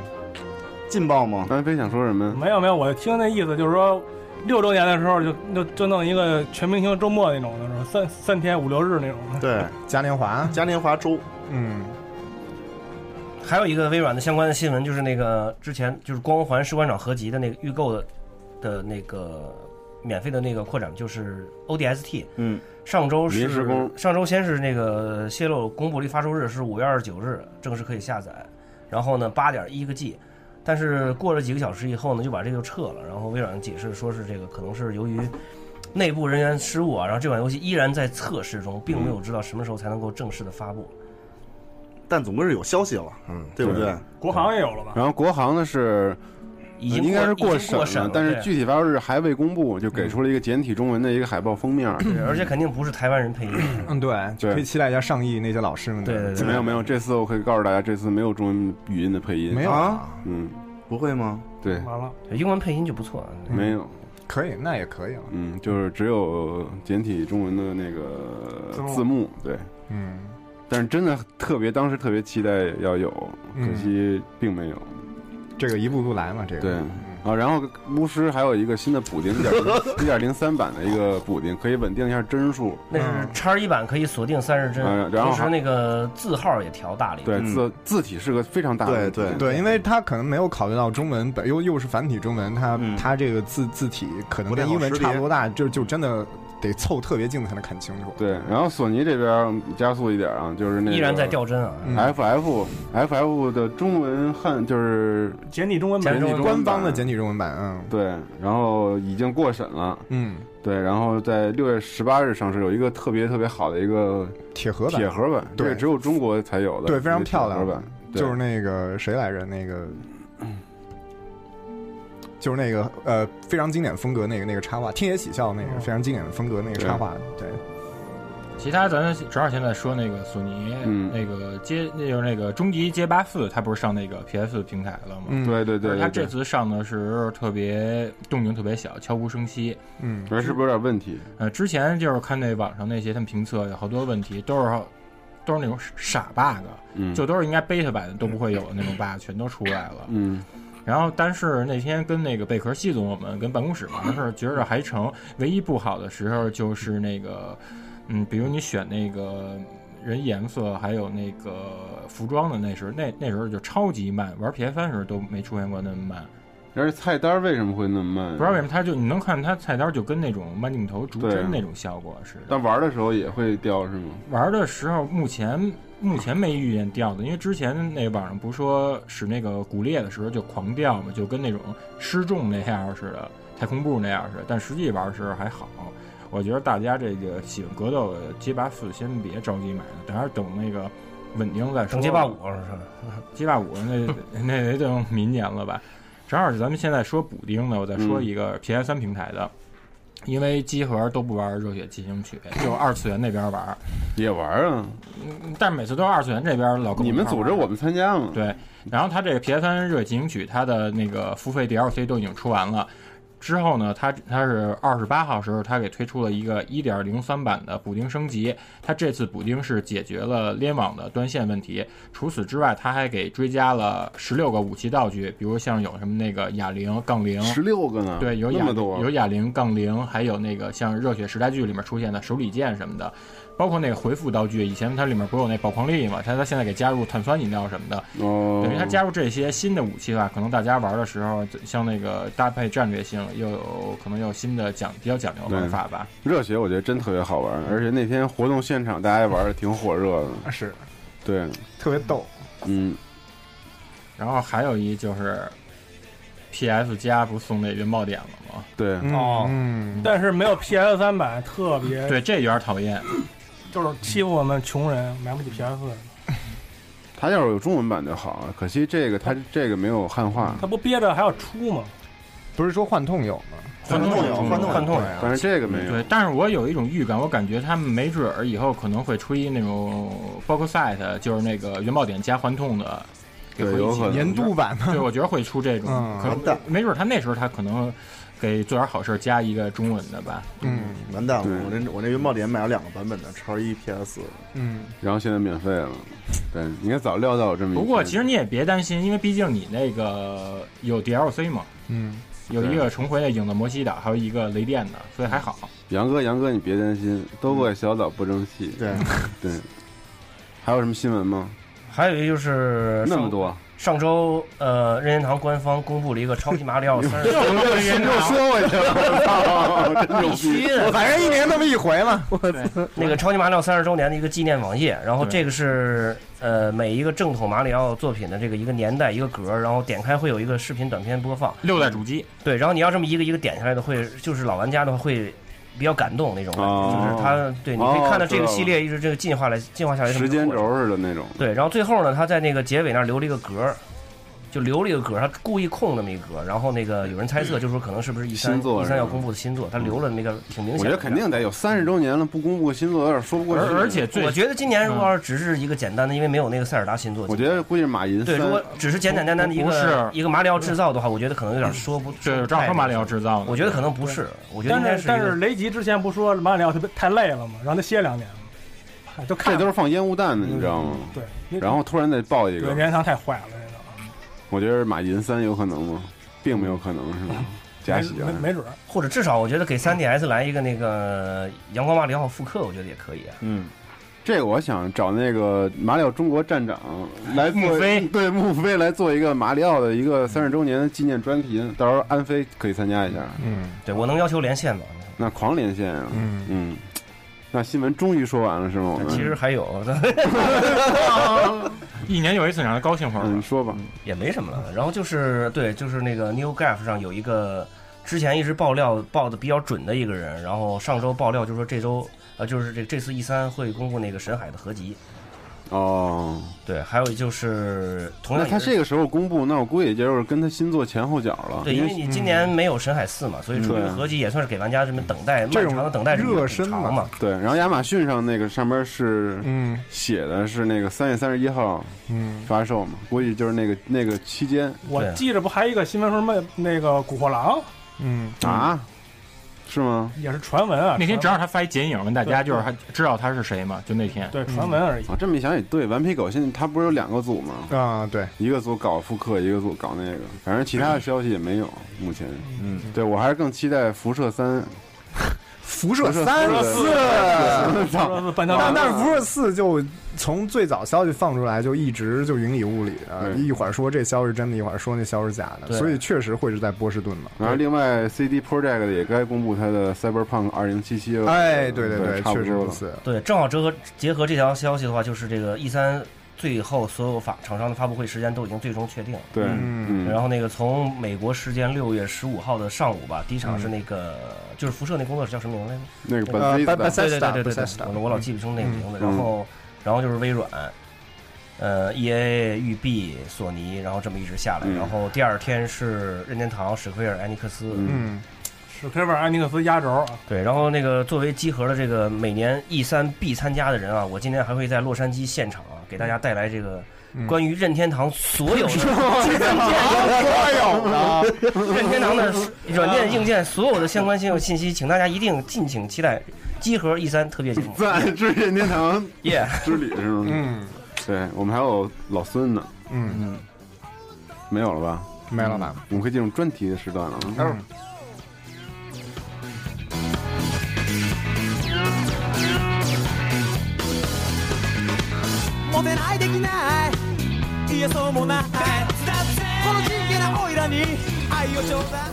劲爆吗？嗯刚才飞想说什么？没有没有，我听那意思就是说，六周年的时候就就就弄一个全明星周末那种的，是吧？三三天五六日那种的。对，嘉年华，嘉年华周，嗯。还有一个微软的相关的新闻，就是那个之前就是《光环士官长》合集的那个预购的的那个免费的那个扩展，就是 ODST。嗯，上周是临时工上周先是那个泄露公布了一发售日是五月二十九日，正式可以下载。然后呢，八点一个 G，但是过了几个小时以后呢，就把这个撤了。然后微软解释说是这个可能是由于内部人员失误啊，然后这款游戏依然在测试中，并没有知道什么时候才能够正式的发布。但总归是有消息了，嗯，对不对？国行也有了吧？然后国行呢是。已经呃应该是过已经审过审了但是对具体发售日还未公布，就给出了一个简体中文的一个海报封面。对，而且肯定不是台湾人配音。嗯，对，对可以期待一下上亿那些老师们的。 对没有没有，这次我可以告诉大家，这次没有中文语音的配音。没有啊？嗯，不会吗？对，完了，英文配音就不错。嗯没有，嗯可以，那也可以了。啊嗯，就是只有简体中文的那个字幕字幕，对，嗯，但是真的特别，当时特别期待要有，可嗯惜并没有。这个一步步来嘛，这个嗯对啊，然后巫师还有一个新的补丁，一点一点零三版的一个补丁，可以稳定一下帧数。那是叉一版可以锁定三十帧嗯，然后同时那个字号也调大了一对点。字字体是个非常大的问题对，因为他可能没有考虑到中文本，又又是繁体中文，他他这个字字体可能不太跟好英文识别差不多大，就就真的得凑特别近才能看清楚。对，然后索尼这边加速一点啊，就是那个依然在掉帧啊。嗯 F F F F 的中文汉就是简体中文简体中文官方的啊简体中文版，嗯，对，然后已经过审了，嗯，对，然后在六月十八日上市，有一个特别特别好的一个铁盒版铁盒版，这对个只有中国才有的，对，非常一个铁漂亮盒版，，对就是那个谁来着，那个。就是那个呃，非常经典风格那个那个插画，天野喜孝那个非常经典的风格那个插画，哦对，其他咱正好现在说那个索尼，嗯那个街，那就是那个终极街霸四，它不是上那个 PS 平台了吗？嗯对对对而它对对这次上的是特别动静特别小，悄无声息。嗯这是不是有点问题？呃，之前就是看那网上那些他们评测有好多问题，都是都是那种傻 bug，、嗯就都是应该 beta 版的都不会有的那种 bug，全都出来了。嗯，然后，但是那天跟那个贝壳系总我们跟办公室完事儿，觉着还成。唯一不好的时候就是那个，嗯，比如你选那个人颜色，还有那个服装的，那时候那那时候就超级慢，玩 PS 三时候都没出现过那么慢。而且菜单为什么会那么慢？不知道为什么，它就你能看它菜单就跟那种慢镜头逐帧那种效果似的。但玩的时候也会掉是吗？玩的时候，目前目前没遇见掉的，因为之前那网上不是说使那个骨裂的时候就狂掉嘛，就跟那种失重那样似的，太空步那样似的。但实际玩的时候还好，我觉得大家这个喜欢格斗的街霸四先别着急买了，等还是等那个稳定了再说。等街霸五是吧？街霸五那 那得等明年了吧？正好是咱们现在说补丁呢，我再嗯说一个 PS 三平台的。因为集合都不玩《热血进行曲》，就二次元那边玩。也玩啊，嗯但是每次都是二次元这边老跟你们组织我们参加嘛？对，然后他这个 PS 三热情曲，它的那个付费 DLC 都已经出完了。之后呢，它它是二十八号时候，它给推出了一个一点零三版的补丁升级。它这次补丁是解决了联网的断线问题，除此之外，它还给追加了十六个武器道具，比如像有什么那个哑铃、杠铃， 16个呢对，有嗯那哑么多有哑铃、杠铃，还有那个像《热血时代剧》里面出现的手里剑什么的。包括那个回复道具，以前它里面不是有那宝矿力嘛，它它现在给加入碳酸饮料什么的，哦等于它加入这些新的武器的话，可能大家玩的时候，像那个搭配战略性，又有可能有新的讲比较讲究的玩法吧。热血我觉得真特别好玩，而且那天活动现场大家玩的挺火热啊的，是，对，特别逗。嗯，然后还有一就是 PS 加不是送那云爆点了吗？对哦，嗯，但是没有 PS 三版特别对，这有点讨厌。就是欺负我们穷人买不起 PS 四，它要是有中文版就好了，可惜这个它这个没有汉化。他不憋着还要出吗？不是说幻痛有吗？换痛有，换哦痛换痛，但是嗯这个没有对，但是我有一种预感，我感觉他们没准儿以后可能会出一那种 box set，就是那个原爆点加环痛的，给对合一有起可能年度版对，我觉得会出这种，嗯可能没准儿他那时候他可能给做点好事儿加一个中文的吧。嗯，完蛋了！我那我那云豹点买了两个版本的，叉一 PS。嗯，然后现在免费了，对，你应该早料到有这么一天。不过其实你也别担心，因为毕竟你那个有 DLC 嘛，嗯，有一个重回的影子摩西岛，还有一个雷电的，所以还好。杨哥，杨哥，你别担心，都怪小岛不争气。对对，还有什么新闻吗？还有一个就是那上么多，上周呃，任天堂官方公布了一个超级马里奥三又他妈又说回去了真牛逼必须我的，反正一年那么一回嘛。我操，那个超级马里奥三十周年的一个纪念网页，然后对这个是呃每一个正统马里奥作品的这个一个年代一个格儿，然后点开会有一个视频短片播放。六代主机，对，然后你要这么一个一个点下来的会，就是老玩家的话会比较感动那种感觉，哦就是他对，你可以看到这个系列一直这个进化来进化下来这么时一个间过程轴似的那种。对，然后最后呢，他在那个结尾那儿留了一个格儿，就留了一个格儿，他故意空那么一格儿。然后那个有人猜测，就是说可能是不是 E 三嗯新作 E 是吧嗯三要公布的新作，他留了那个挺明我显的。觉得肯定得有三十周年了，不公布个新作有点说不过去。我觉得今年嗯如果要是只是一个简单的，因为没有那个塞尔达新作，我觉得估计是马银对，三如果只是简简单单的一不不个是嗯一个马里奥制造的话，我觉得可能有点说不。对，正好马里奥制造的，我觉得可能不是，我觉得应该但是一但个是雷吉之前不说马里奥特别太累了吗？让他歇两年，哎就看这都是放烟雾弹的，你知道吗？对然后突然再爆一对个任，天堂太坏了，这我觉得是马银三有可能吗？并没有可能是吧？假喜啊个欢没没准儿。或者至少我觉得给 3DS 来一个那个阳光马里奥复刻，我觉得也可以啊。嗯，这个我想找那个马里奥中国站长来做穆飞，对穆飞来做一个马里奥的一个三十周年纪念专题，到时候安飞可以参加一下。嗯，对我能要求连线吗？那狂连线啊，嗯那新闻终于说完了是吗？我们其实还有， 一年有一次让他高兴会儿吧。嗯你说吧，嗯也没什么了。然后就是对，就是那个 New Graph 上有一个之前一直爆料爆的比较准的一个人，然后上周爆料就说这周呃就是这这次 E 三会公布那个神海的合集。哦，对，还有就是同那样也他是这个时候公布，那我估计也就是跟他新作前后脚了。嗯对，因为你今年没有神海四嘛，所以出这个啊合集也算是给玩家这么等待漫长的等待热身嘛嘛。对，然后亚马逊上那个上面是嗯写的是那个三月三十一号嗯啊发售嘛，估计就是那个那个期间我记着不还有一个新闻说什么那个《古惑狼嗯啊，是吗？》也是传闻啊， 那天只传要他发一剪影，问大家就是还知道他是谁嘛？就那天，嗯对传闻而已。啊，这么一想也对，顽皮狗现在它不是有两个组吗？啊，对，一个组搞复刻，一个组搞那个，反正其他的消息也没有，目前。嗯，对我还是更期待《辐射三》。辐射射三四四，半导但但是辐射四就从最早消息放出来就一直就云里雾里的，一会儿说这消息真的，一会儿说那消息假的，对所以确实会是在波士顿嘛。然后另外，CD Projekt 也该公布它的《Cyberpunk 2077》了。哎对对对差不确实多如了。此对，正好折合结合这条消息的话，就是这个 E 三最后所有发厂商的发布会时间都已经最终确定了。对嗯嗯然后那个从美国时间六月十五号的上午吧，第一场是那个、就是辐射那工作室叫什么名来着？嗯那个对呃对对 Bethesda 对对对 Bethesda 我我老记不清那个名字。嗯然后然后就是微软。呃，E A、育碧、索尼，然后这么一直下来，嗯然后第二天是任天堂、史克威尔、艾尼克斯，嗯，史克威尔安尼克斯压轴啊，对，然后那个作为集合的这个每年 E 三必参加的人啊，我今天还会在洛杉矶现场啊，给大家带来这个关于任天堂所 有的任天堂的软件硬件所有的相关信信息，请大家一定敬请期待集合 E 三特别节目。赞之任 天堂 Yeah 之旅是吗？嗯，对我们还有老孙呢，嗯嗯，没有了吧？没了吧？我们可以进入专题的时段了。嗯《当せないできないいやそうもないだってこの真剣なオイラに愛を頂戴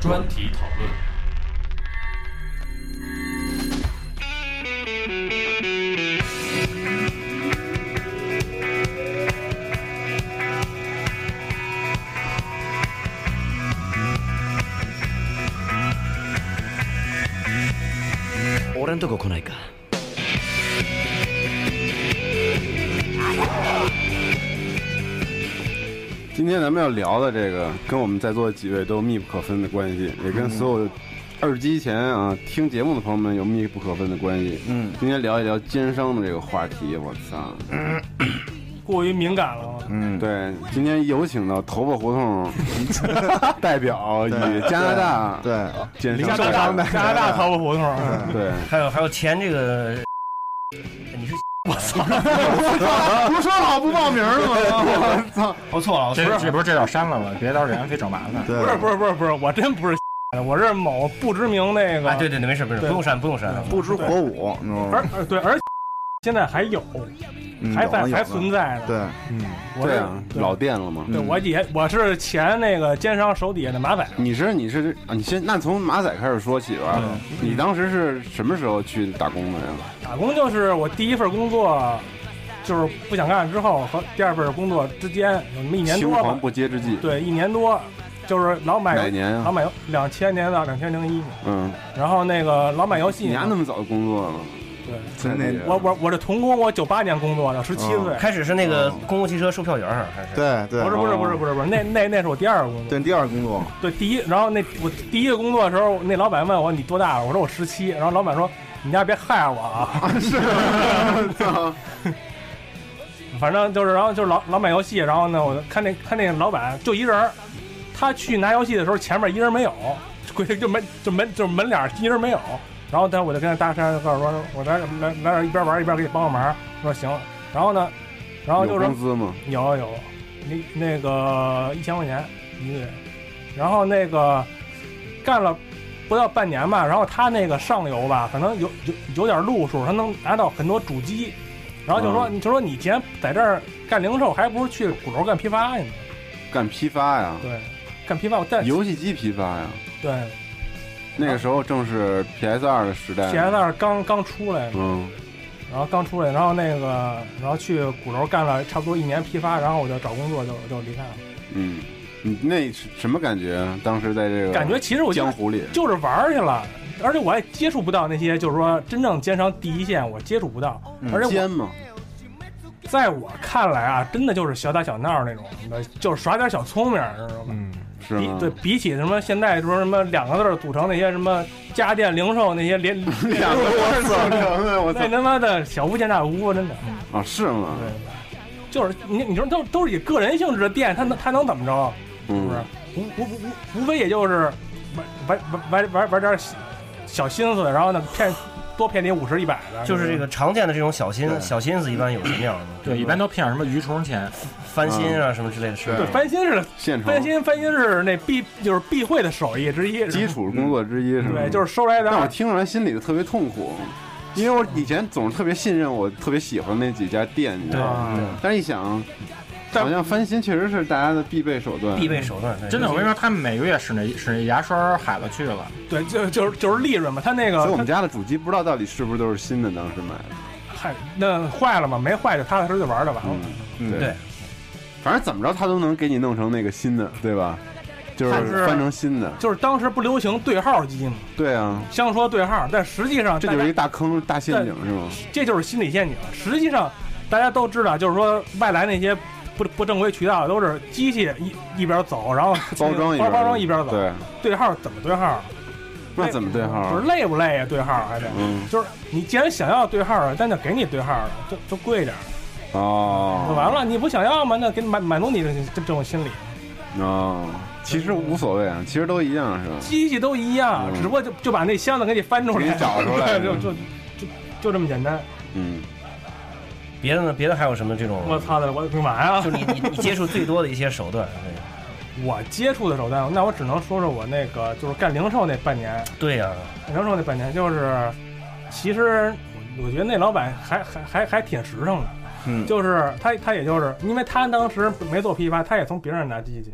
专题讨论。俺んとこ来ないか今天咱们要聊的这个，跟我们在座的几位都有密不可分的关系，嗯也跟所有二机前啊听节目的朋友们有密不可分的关系。嗯，今天聊一聊奸商的这个话题，我操！嗯过于敏感了。嗯，对，今天有请到头发胡同 代表与加拿大对奸商加拿大加拿大头发胡同，对，还有还有前这个，你是 我操，不说好不报名了吗？操，哦不错了，这这不是这点删了吗？别到时候人非找麻烦。不是不是不是不是，我真不是，我是某不知名那个。啊对对对没事没事不用删不用删啊啊不知火舞。嗯而而对，而现在还有，嗯还在还存在呢。对，嗯，我对是啊，老店了嘛。嗯对，我也我是前那个奸商手底下的马仔，你是你是啊，你先那从马仔开始说起吧。嗯你当时是什么时候去打工的呀？打工就是我第一份工作，就是不想干之后和第二份工作之间有那么一年青多吧黄，不接之际。对，一年多，就是老买哪年啊老买两千年到两千零一年，嗯，然后那个老买游戏，你还那么早工作了？对，真的。我我我这童工，我九八年工作的，十七岁、哦开始是那个公共汽车售票员儿，还是对对哦不是不是不是不是不是，那那那是我第二个工作。对，第二工作，对，第一，然后那我第一个工作的时候，那老板问我你多大了，我说我十七，然后老板说你家别害我啊，是，啊反正就是，然后就是老老买游戏，然后呢，我就看那看那个老板就一人儿，他去拿游戏的时候前面一人没有， 就就门就门就门脸儿一人没有，然后但我就跟他搭讪，告诉说我来来来点一边玩一边给你帮个忙，我说行，然后呢，然后就有说工资吗？有有，那那个一千块钱一个月，然后那个干了不到半年吧，然后他那个上游吧，可能有有有点路数，他能拿到很多主机，然后就说、嗯你就说你既然在这儿干零售，还不如去鼓楼干批发去呢？干批发呀？对，干批发，但游戏机批发呀？对那个时候正是 PS 二的时代。 PS 二刚刚出来，嗯，然后刚出来，然后那个然后去鼓楼干了差不多一年批发，然后我就找工作就就离开了。嗯，你那是什么感觉？啊当时在这个感觉其实我就是江湖里，就是玩儿去了，而且我也接触不到那些，就是说真正奸商第一线，我接触不到嗯，而且奸我嘛。在我看来啊，真的就是小打小闹那种的，就是耍点小聪明，知道吗？是比吗？对比起什么现在说什么两个字儿组成那些什么家电零售那些连两个字儿组成的我操那他妈的小巫见大巫，真的啊，是吗？就是你你说都都是以个人性质的店，他能他能怎么着？嗯，无无无无非也就是玩玩玩玩玩点小小心思，然后呢骗多骗你五十一百的，就是这个常见的这种小心对小心思，一般有什么样的？对一般都骗什么鱼虫钱、翻新嗯啊什么之类的事。对翻新是现翻新翻新是那必就是必会的手艺之一，基础工作之一是吗？对就是收来点儿但我听着还心里头特别痛苦，因为我以前总是特别信任我特别喜欢那几家店，你知道吗对对？但是一想，好像翻新确实是大家的必备手段，真的，我跟你说，他们每个月使那使那牙刷海了去了。对，就就是就是利润嘛，他那个所以我们家的主机不知道到底是不是都是新的，当时买的。嗨，那坏了嘛，没坏就踏踏实实就玩就完了。嗯对，反正怎么着他都能给你弄成那个新的，对吧？就是但是翻成新的。就是当时不流行对号机嘛，对啊，相说对号，但实际上这大就家是一大坑大陷阱是吗？这就是心理陷阱。实际上，大家都知道，就是说外来那些不不正规渠道都是机器一一边走，然后 包装一边包包装一边走，对，对号怎么对号？那怎么对号不啊是？累不累呀、对号还得，嗯就是你既然想要对号了，那就给你对号了，就就贵点儿。哦，完了，你不想要吗？那给你满满足你的这这种心理。哦，其实无所谓啊，其实都一样是吧？机器都一样，嗯只不过就就把那箱子给你翻出来，给你找出来对 就就就就这么简单。嗯，别的呢？别的还有什么这种？我操的，啊我干嘛呀？就你你你接触最多的一些手段，我接触的手段，那我只能说说我那啊个就是干零售那半年，对呀、零售那半年就是，其实我觉得那老板还还还还挺实诚的，嗯就是他他也就是因为他当时没做批发，他也从别人那拿机器，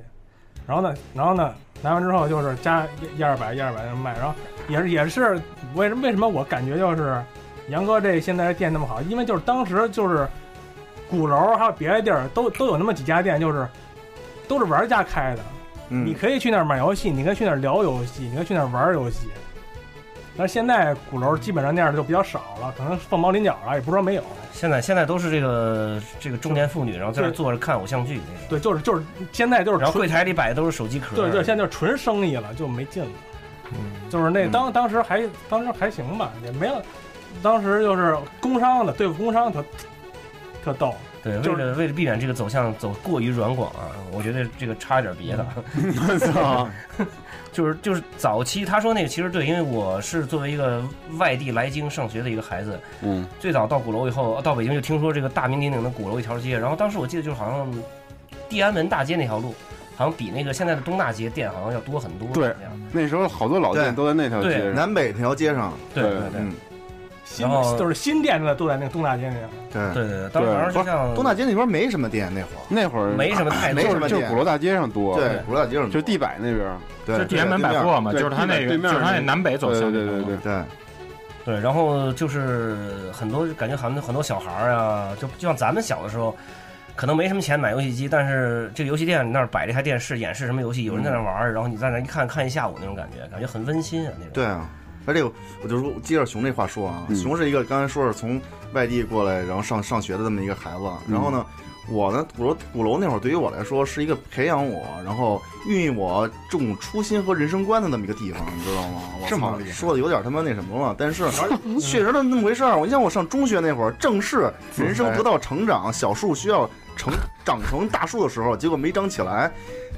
然后呢，然后呢，拿完之后就是加一一二百一二百那么卖，然后也是也是为什为什么我感觉就是杨哥这现在店那么好，因为就是当时就是鼓楼还有别的地儿都都有那么几家店，就是都是玩家开的，嗯你可以去那儿买游戏，你可以去那儿聊游戏，你可以去那儿玩游戏。但是现在鼓楼基本上那样的就比较少了，可能凤毛麟角了，也不是说没有。现在现在都是这个这个中年妇女，然后在那对坐着看偶像剧，对，就是就是现在就是然后纯柜台里摆的都是手机壳，嗯对对，现在就是纯生意了，就没劲了。就是那当当时还当时还行吧，也没有，当时就是工商的对付工商特特逗，对，就为是了为了避免这个走向走过于软广啊，我觉得这个差一点别的。 就是就是早期他说那个其实对，因为我是作为一个外地来京上学的一个孩子，嗯 最早到鼓楼以后，哦到北京就听说这个大名鼎鼎的鼓楼一条街，然后当时我记得就是好像嗯地安门大街那条路，好像比那个现在的东大街店好像要多很多。对，那时候好多老店对都在那条街对上，南北那条街上，对对对嗯新然后就是新店的都在那个东大街那样。对对对，当时好像就像东大街那边没什么店，那会儿那会儿没什么太多没什么就是店鼓楼大街上多，对鼓楼大街上多就地百那边，对就地安门百货嘛对就是它那个对面就是它那南北走向对对对对对。对，然后就是很多感觉好像很多小孩儿啊，就就像咱们小的时候，可能没什么钱买游戏机，但是这个游戏店那儿摆了一台电视，演示什么游戏，有人在那儿玩儿，然后你在那儿一看看一下午那种感觉，感觉很温馨啊那种。对啊，而且我我就说接着熊这话说啊，熊是一个刚才说是从外地过来，然后上上学的这么一个孩子。啊然后呢，我呢鼓楼鼓楼那会儿对于我来说是一个培养我，然后孕育我这种初心和人生观的那么一个地方，你知道吗？我这么操厉害说的有点他妈那什么了，但是 确实那么回事儿。我你像我上中学那会儿，正是人生得到成长，小树需要成长成大树的时候，结果没长起来。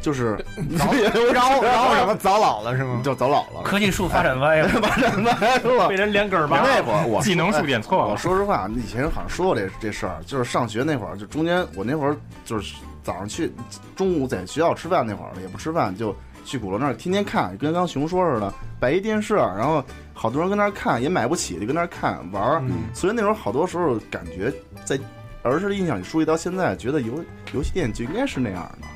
就是 早然后然后什么早老了是吗？就早老了，科技树发展歪了，发展歪了，被人连根儿 拔那会儿我技能树点错了我说实话，以前好像说过这这事儿，就是上学那会儿，就中间我那会儿就是早上去，中午在学校吃饭那会儿也不吃饭，就去鼓楼那儿天天看，跟刚熊说似的，摆一电视，然后好多人跟那儿看，也买不起，就跟那儿看玩儿。嗯所以那时候好多时候感觉在儿时的印象里梳理到现在，觉得游游戏店就应该是那样的。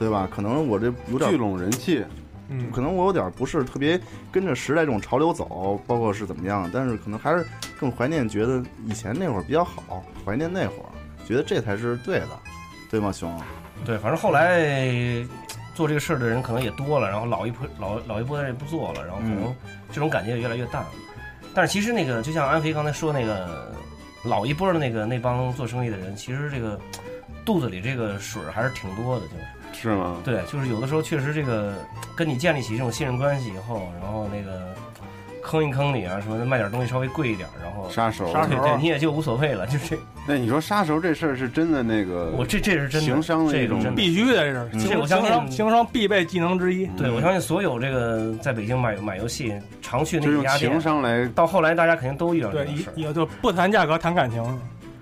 对吧？可能我这有点聚拢人气，嗯，可能我有点不是特别跟着时代这种潮流走，包括是怎么样，但是可能还是更怀念，觉得以前那会儿比较好，怀念那会儿，觉得这才是对的，对吗，熊？对，反正后来做这个事儿的人可能也多了，然后老一波老老一波人也不做了，然后可能嗯这种感觉也越来越淡了。但是其实那个，就像安飞刚才说那个老一波的那个那帮做生意的人，其实这个肚子里这个水儿还是挺多的，就是。是吗？对，就是有的时候确实这个跟你建立起这种信任关系以后，然后那个坑一坑你啊，说卖点东西稍微贵一点，然后杀手对对对，你也就无所谓了，就是那你说杀手这事儿是真的那个，我这这是真的情商这的是一种真的必须的，这嗯是这我相情信嗯商情商必备技能之一。对，我相信所有这个在北京买买游戏常去那就几用家店，情商来到后来大家肯定都遇到这对，种事儿。也也就不谈价格，谈感情。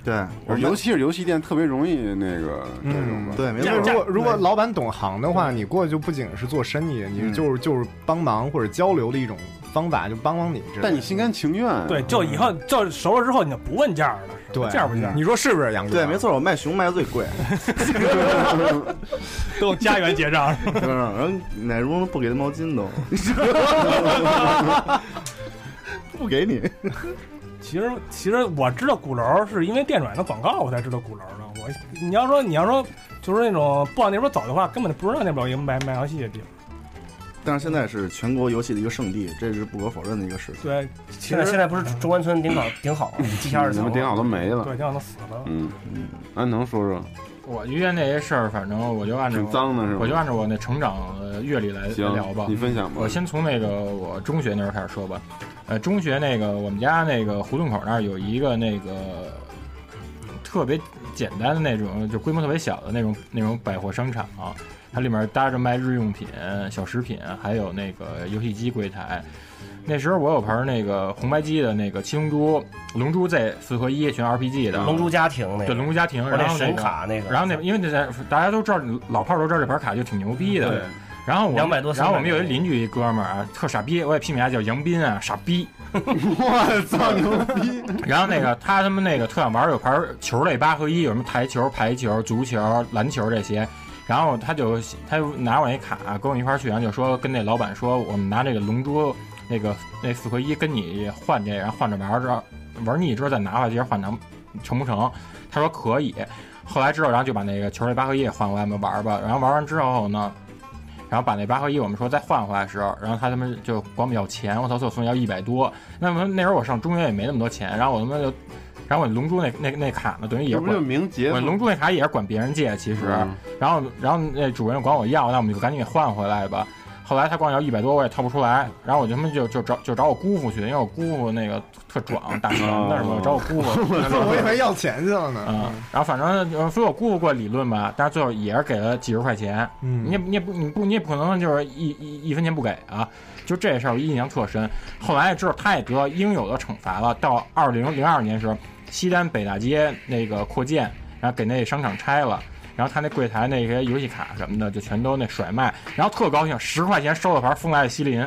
对，尤其是游戏店特别容易那个这种吧，对因为如果如果老板懂行的话，你过去就不仅是做生意，你就是就是帮忙或者交流的一种方法，就帮帮你之类的。但你心甘情愿对，嗯就以后就熟了之后，你就不问价了，对价不价？你说是不是杨哥？对，没错，我卖熊卖的最贵，都用家园结 账。嗯，然后奶蓉不给他毛巾都，不给你。 其实其实我知道鼓楼是因为电转的广告我才知道鼓楼的。我你要说你要说就是那种不往那边走的话，根本就不知道那边有一个卖卖游戏的地方。但是现在是全国游戏的一个圣地，这是不可否认的一个事情。对，其现在实现在不是中关村顶好顶好地下二你层们顶好都没了，对，顶好都死了。嗯，安能说说？我遇见那些事儿，反正我就按照挺脏的是吧我就按照我那成长呃阅历来行来聊吧。你分享吧我先从那个我中学那时候开始说吧。呃，中学那个我们家那个胡同口那儿有一个那个特别简单的那种，就规模特别小的那种那种百货商场、它里面搭着卖日用品、小食品，还有那个游戏机柜台。那时候我有盘那个红白机的那个七龙珠、龙珠 Z 四合一，全 RPG 的。龙珠家庭那个对龙珠家庭，我然那后神个卡那个然后那因为那在大家都知道，老炮儿都知道这盘卡就挺牛逼的。对然后我们200多然后我们300 有一邻居一哥们儿啊，特傻逼，我也批评他叫杨斌啊，傻逼。我操，牛逼！然后那个他他们那个特想玩有牌球类八合一，有什么台球、排球、足球、篮球这些。然后他就他就拿我一卡，跟我一块儿去，然后啊就说跟那老板说，我们拿这个龙珠那个那四合一跟你换这个，然后换着玩儿，之后玩腻之后再拿回来接着换能成不成？他说可以。后来之后，然后就把那个球类八合一也换回来，我们玩儿吧。然后玩完之后呢，然后把那八合一我们说再换回来的时候，然后他他妈就管我们要钱，我操，最后要一百多。那么那时候我上中学也没那么多钱，然后我他妈就，然后我龙珠那那那卡呢，等于也这不管就明劫我吗龙珠那卡也是管别人借，其实，然后然后那主任管我要，那我们就赶紧给换回来吧。后来他管我要一百多，我也掏不出来，然后我就他妈就就找就找我姑父去，因为我姑父那个特壮，打拳的什么，我找我姑父。 我以为要钱去了 呢。嗯，然后反正呃所以我姑父过来理论吧，但是最后也是给了几十块钱。嗯你也你也不你不你也不可能就是一一一分钱不给啊。就这事儿我印象特深。后来知道他也得到应有的惩罚了。到二零零二年时候，西单北大街那个扩建，然后给那商场拆了。然后他那柜台那些游戏卡什么的就全都那甩卖，然后特高兴，十块钱收了盘风来的西林，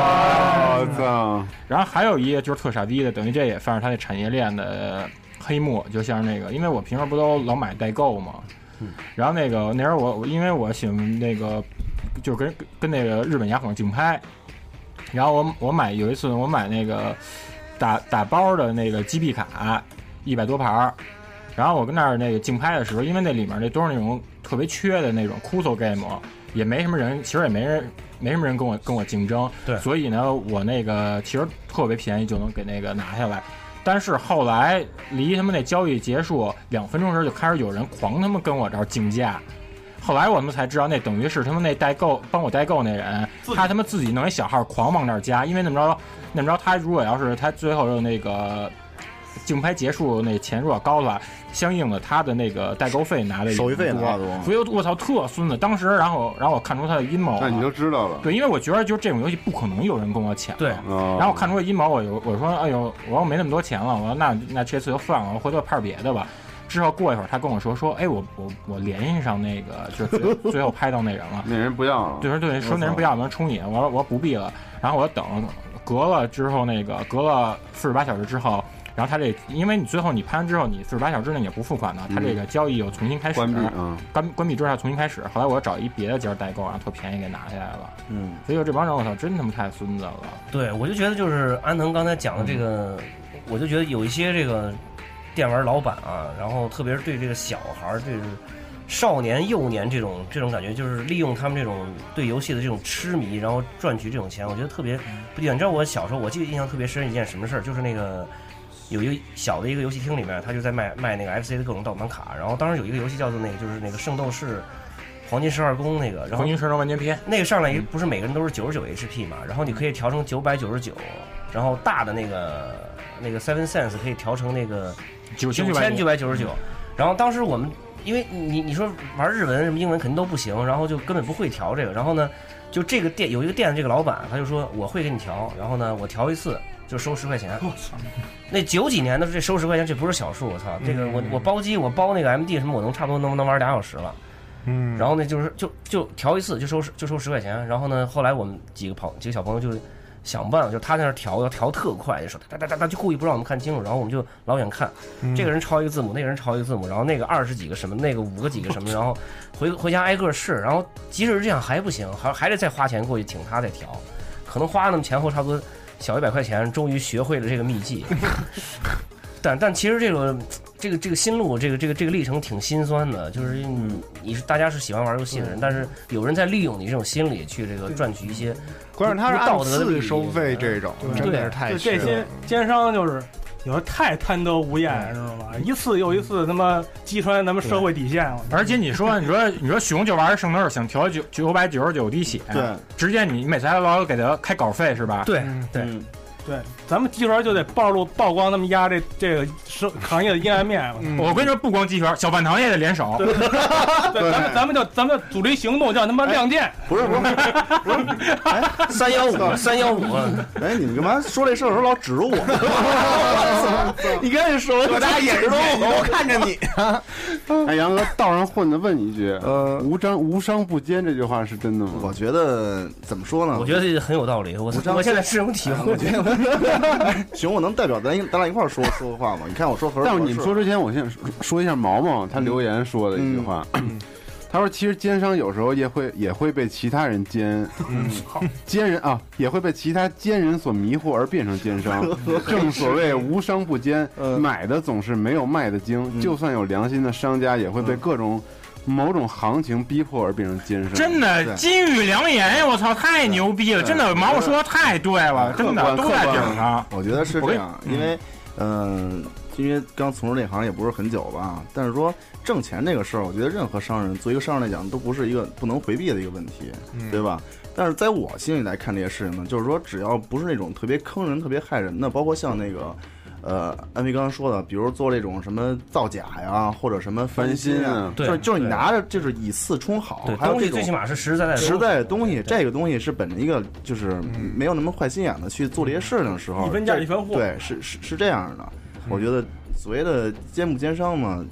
我操！然后还有一个就是特傻逼的，等于这也算是他那产业链的黑幕，就像是那个，因为我平时不都老买代购嘛，嗯然后那个那时候我我因为我喜欢那个，就是跟跟那个日本雅虎竞拍，然后我我买有一次我买那个打打包的那个 GB 卡，一百多盘儿，然后我跟那儿那个竞拍的时候，因为那里面那都是那种特别缺的那种枯燥 game，也没什么人，其实也没人没什么人跟我跟我竞争，对所以呢，我那个其实特别便宜就能给那个拿下来。但是后来离他们那交易结束两分钟时候，就开始有人狂他妈跟我这儿竞价。后来我们才知道，那等于是他们那代购帮我代购那人，他他妈自己弄一小号狂往那儿加，因为那么着，那么着他如果要是他最后那个竞拍结束那钱如果高了，相应的他的那个代购费拿的也手续费多拿得多所以我我操特孙子，当时然后然后我看出他的阴谋，那你就知道了。哦对，因为我觉得就是这种游戏不可能有人跟我抢，对，然然后我看出个阴谋，我就我说哎呦，我说没那么多钱了，我说那那这次就算了，我回头拍别的吧。之后过一会儿，他跟我说说，哎，我我我联系上那个，就是最最后拍到那人了，那人不要了。对说对，说那人不要。要，有人冲你。我说我不必了。然后我等，隔了之后那个隔了四十八小时之后，然后他这因为你最后你拍完之后，你四十八小时之内你不付款呢，他这个交易又重啊新开始， 关闭嗯关关闭之后重新开始。后来我又找一别的家代购，然后特便宜给拿下来了。嗯，所以说这帮人我操，真他妈太孙子了。对，我就觉得就是安藤刚才讲的这个，我就觉得有一些这个电玩老板啊，然后特别是对这个小孩儿，对这少年幼年这种这种感觉，就是利用他们这种对游戏的这种痴迷，然后赚取这种钱，我觉得特别不地道。你知道我小时候，我记得印象特别深一件什么事儿，就是那个。有一个小的一个游戏厅里面，他就在卖卖那个 FC 的各种盗版卡，然后当时有一个游戏叫做那个就是那个《圣斗士黄金十二宫》那个，然后黄金十二宫完结篇，那个上来也不是每个人都是九十九 HP 嘛，然后你可以调成九百九十九，然后大的那个那个 Seven Sense 可以调成那个九千九百九十九，然后当时我们因为你你说玩日文什么英文肯定都不行，然后就根本不会调这个，然后呢，就这个店有一个店的这个老板他就说我会给你调，然后呢我调一次就收十块钱，我操，那九几年的时候这收十块钱这不是小数，我操，这个我我包机我包那个 MD 什么我能差不多能不能玩俩小时了。嗯，然后呢，就是就就调一次就收十就收十块钱，然后呢，后来我们几个朋几个小朋友就想办法，就他在那儿调，要调特快，就说哒哒哒哒，就故意不让我们看清楚，然后我们就老远看，嗯这个人抄一个字母，那个人抄一个字母，然后那个二十几个什么，那个五个几个什么，然后回回家挨个试，然后即使是这样还不行，还还得再花钱过去请他再调，可能花那么前后差不多小一百块钱，终于学会了这个秘技。但但其实这个这个这个心路，这个这个这个历程挺心酸的，就是嗯你你是大家是喜欢玩游戏的人，但是有人在利用你这种心理去这个赚取一些不，关键他是不道德的利益按次收费这种对真的是太就缺这了些奸商就是有的太贪得无厌，知道吗？一次又一次他妈击穿咱们社会底线了。 而且你说，你说，你说熊就玩圣斗士，想调九九百九十九滴血，对，直接你每台老给他开稿费是吧？对嗯对对，咱们集团就得暴露曝光他们家这这个生行业的阴 暗面。嗯我跟你说，不光集团，小饭堂也得联手。 对，对咱们咱们就咱们就组织一行动，叫他妈亮剑。哎不是不是 三幺五三幺五，哎，你们干嘛说这事儿的时候老指着我？你赶紧说，我大家眼睛我看着你。哎，杨哥，道上混的问一句，呃，无章无商不奸这句话是真的吗？嗯我觉得怎么说呢？我觉得这很有道理。我无章我现在深有体会。我觉得 行，我能代表咱一咱俩一块儿说说话吗？你看我说合适但不嗯合是适？。你们说之前，我先说说一下毛毛他留言说的一句话， 他说其实奸商有时候也会也会被其他人奸， 奸人啊也会被其他奸人所迷惑而变成奸商正所谓无商不奸，买的总是没有卖的精，就算有良心的商家也会被各种。某种行情逼迫而变成奸商，真的对金玉良言呀！我操，太牛逼了！对真的，毛毛说太对了，真的都在顶上。啊我觉得是这样，我跟 因为嗯、因为刚从事这行也不是很久吧，但是说挣钱这个事儿，我觉得任何商人作为一个商人来讲，都不是一个不能回避的一个问题，嗯对吧？但是在我心里来看这些事情呢，就是说只要不是那种特别坑人、特别害人的，包括像那个。呃，安飞刚刚说的，比如做这种什么造假呀，或者什么翻新翻新啊啊，对就是就是你对拿着就是以次充好对，还有东西这种最起码是实在在的东西实在的东西，这个东西是本着一个就是没有那么坏心眼的去做这些事情的时候，一分价这一分货对，是是是这样的。我觉得所谓的奸不奸商嘛，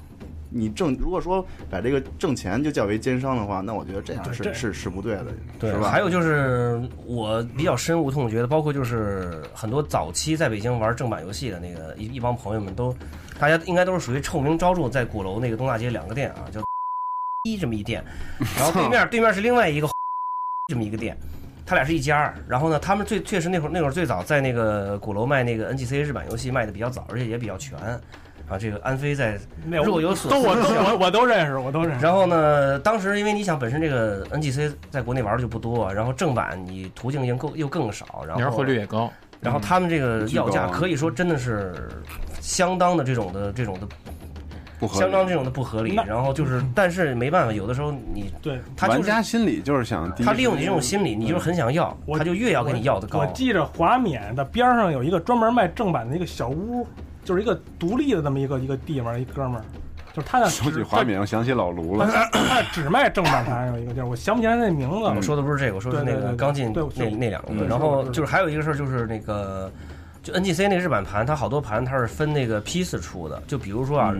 你挣如果说把这个挣钱就叫为奸商的话，那我觉得这样对是这是是不对的，对是，吧？还有就是我比较深恶痛绝的，包括就是很多早期在北京玩正版游戏的那个一一帮朋友们都，大家应该都是属于臭名昭著，在鼓楼那个东大街两个店啊，叫一这么一店，然后对 面对面是另外一个这么一个店，他俩是一家儿。然后呢，他们最确实那会儿那会儿最早在那个鼓楼卖那个 NGC 日版游戏卖的比较早，而且也比较全。啊，这个安飞在没有若有所都我思都想我啊我都认识，我都认识。然后呢，当时因为你想，本身这个 NGC 在国内玩的就不多，然后正版你途径又够又更少，然后年汇率也高然后他们这个嗯要价巨高啊可以说真的是相当的这种的这种的。不合理相当这种的不合理，然 后就是，但是没办法，有的时候你对他就玩是家心里就是想第一他利用你这种时间心理，你就是很想要，他就越要给你要的高我。记着华冕的边上有一个专门卖正版的一个小屋，就是一个独立的这么一个一个地方，一哥们儿，就是他那说起画面，我想起老卢了。他只卖正版，盘有一个地儿，我想不起来那名字了。我说的不是这个，我说的是那对对个对刚进对那是那两个，嗯然后就是还有一个事儿就是那个，就 NGC 那个日版盘，它好多盘它是分那个批次出的，就比如说啊，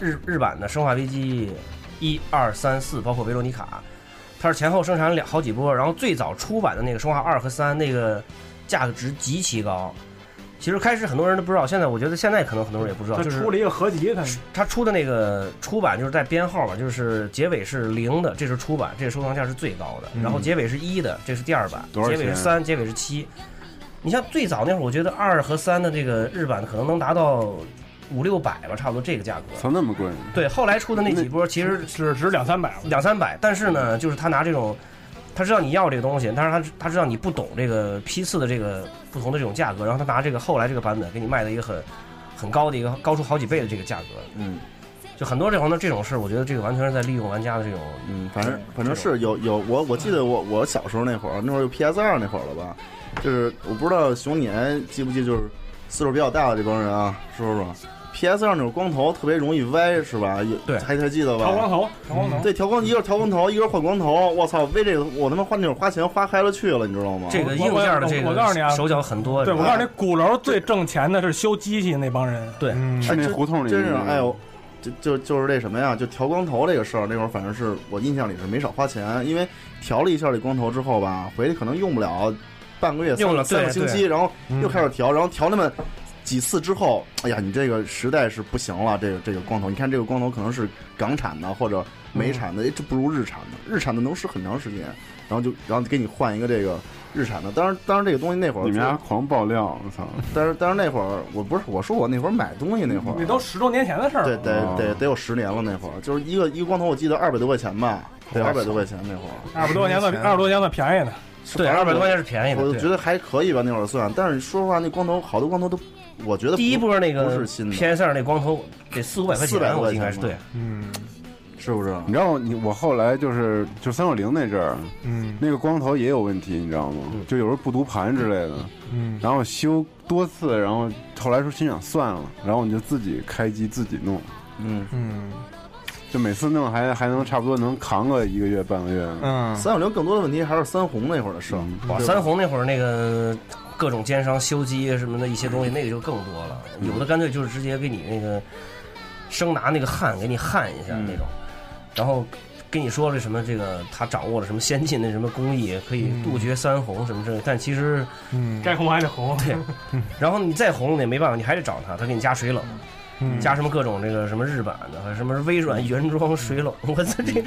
日日版的《生化危机》一二三四，包括维罗妮卡，它是前后生产两好几波，然后最早出版的那个《生化二》和三那个价值极其高。其实开始很多人都不知道，现在我觉得现在可能很多人也不知道，他就是出了一个合集，他他出的那个出版就是带编号嘛，就是结尾是零的，这是出版，这个收藏价是最高的。嗯然后结尾是一的，这是第二版，多少结钱啊尾是三，结尾是七。你像最早那会儿，我觉得二和三的这个日版可能能达到五六百吧，差不多这个价格。操，那么贵！对，后来出的那几波其实只值两三百，两三百。嗯但是呢，就是他拿这种，他知道你要这个东西，但是他他知道你不懂这个批次的这个不同的这种价格，然后他拿这个后来这个版本给你卖的一个很很高的一个高出好几倍的这个价格。嗯，就很多这种的这种事，我觉得这个完全是在利用玩家的这种，嗯，反正反正是有有我我记得我我小时候那会儿，那会儿有 PS 二那会儿了吧？就是我不知道熊你还记不记，就是岁数比较大的这帮人啊，说说 PS 二那种光头特别容易歪是吧？有对，还还记得吧？调光头，调光头。对，调光一个是调光头，一个是换光头。我操，为这个我他妈花那种花钱花嗨了去了，你知道吗？这个硬件的这个我告诉你啊，手脚很多。对，我告诉你，鼓楼最挣钱的是修机器那帮人。对，哎真真是哎呦，就就就是这什么呀，就调光头这个事儿，那会儿反正是我印象里是没少花钱，因为调了一下这光头之后吧，回去可能用不了半个月、用了三对个星对期，嗯然后又开始调，然后调那么。几次之后，哎呀，你这个实在是不行了，这个这个光头，你看这个光头可能是港产的或者嗯美产的，哎这不如日产的，日产的能使很长时间，然后就然后给你换一个这个日产的，当然当然这个东西那会儿你们家狂爆料，我操！但是但是那会儿我不是我说我那会儿买东西那会儿，那都十多年前嗯的事儿对，了。啊得得得有十年了，那会儿就是一个一个光头，我记得二百多块钱吧，哦对，哇二百多块钱那会儿，二百多块钱算二百多块钱算便宜的。反正我我对觉得还可以吧，那会儿算。但是说实话，那光头好多光头都，我觉得第一波那不个是新的 PS 二那光头得四五百块400块钱，钱我应该是对吧。嗯，是不是？你知道你我后来就是就三六零那阵儿，嗯，那个光头也有问题，你知道吗？就有时候不读盘之类的，嗯，然后修多次，然后后来说心想算了，然后你就自己开机自己弄，嗯嗯，就每次弄还还能差不多能扛个一个月半个月，嗯三五零更多的问题还是三红那会儿的事儿。哇，对吧三红那会儿那个各种奸商修机什么的一些东西，那个就更多了。嗯有的干脆就是嗯直接给你那个生拿那个焊给你焊一下那种，然后跟你说这什么这个他掌握了什么先进的什么工艺，可以嗯杜绝三红什么之类的，但其实嗯该红还得红。对，然后你再红了也没办法，你还得找他，他给你加水冷。嗯加什么各种这个什么日版的，还有什么微软原装水冷，我操这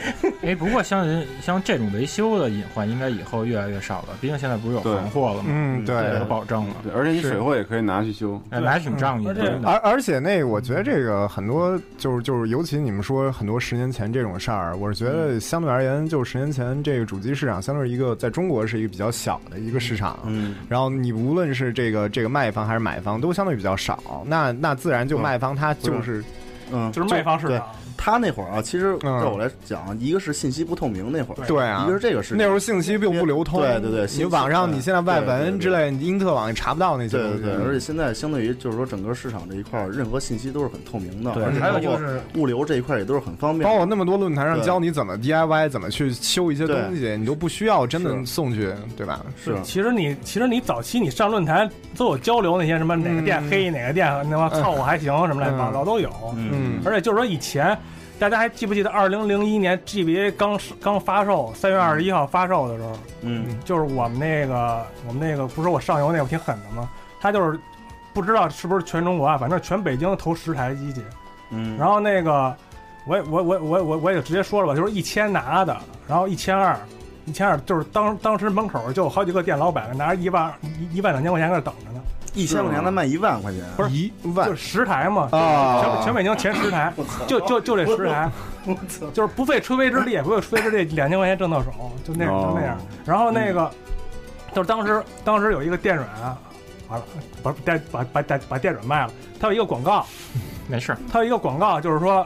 哎，不过相信像这种维修的隐患，应该以后越来越少了。毕竟现在不是有对行货了吗？嗯对有保证了。对而且你水货也可以拿去修，哎还嗯挺仗义的真的而而且那我觉得这个很多就是就是，尤其你们说很多十年前这种事儿，我是觉得相对而言，就十年前这个主机市场相对是一个在中国是一个比较小的一个市场，嗯，然后你无论是这个这个卖方还是买方都相对比较少，那那自然就嗯卖方他就是嗯，就是卖方市场对他那会儿啊，其实在嗯我来讲，一个是信息不透明那会儿，对啊，一个是这个事情，那时候信息并不流通，对对对，信你息网上对你现在外对对文之类，你英特网也查不到那些对东对西，对，而且现在相对于就是说整个市场这一块儿，任何信息都是很透明的，对而且还有包括就是物流这一块儿也都是很方便的。包括那么多论坛上对教你怎么 DIY，怎么去修一些东西，你都不需要真的送去，对吧？其实你其实你早期你上论坛都有交流，那些什么哪个嗯店黑、哪个店那么嗯操我还行什么乱七八糟都有。嗯而且就是说以前大家还记不记得二零零一年 GBA 刚刚发售，三月二十一号发售的时候，嗯，就是我们那个我们那个不是我上游那个挺狠的吗？他就是不知道是不是全中国啊，反正全北京投十台机器，嗯，然后那个我也我我我我我也直接说了吧，就是一千拿的，然后一千二。一千二就是当当时门口就有好几个店老板拿着一万一一万两千块钱在那儿等着呢，一千块钱他卖一万块钱，不是一万就是十台嘛，啊全全北京前十台操，就就就这十台，就是不费吹灰之力，也不费吹灰之力，两千块钱挣到手，就那哦就那样。然后那个就是当时当时有一个电软，完了把把把把把把电软卖了，它有一个广告，没事，它有一个广告就是说。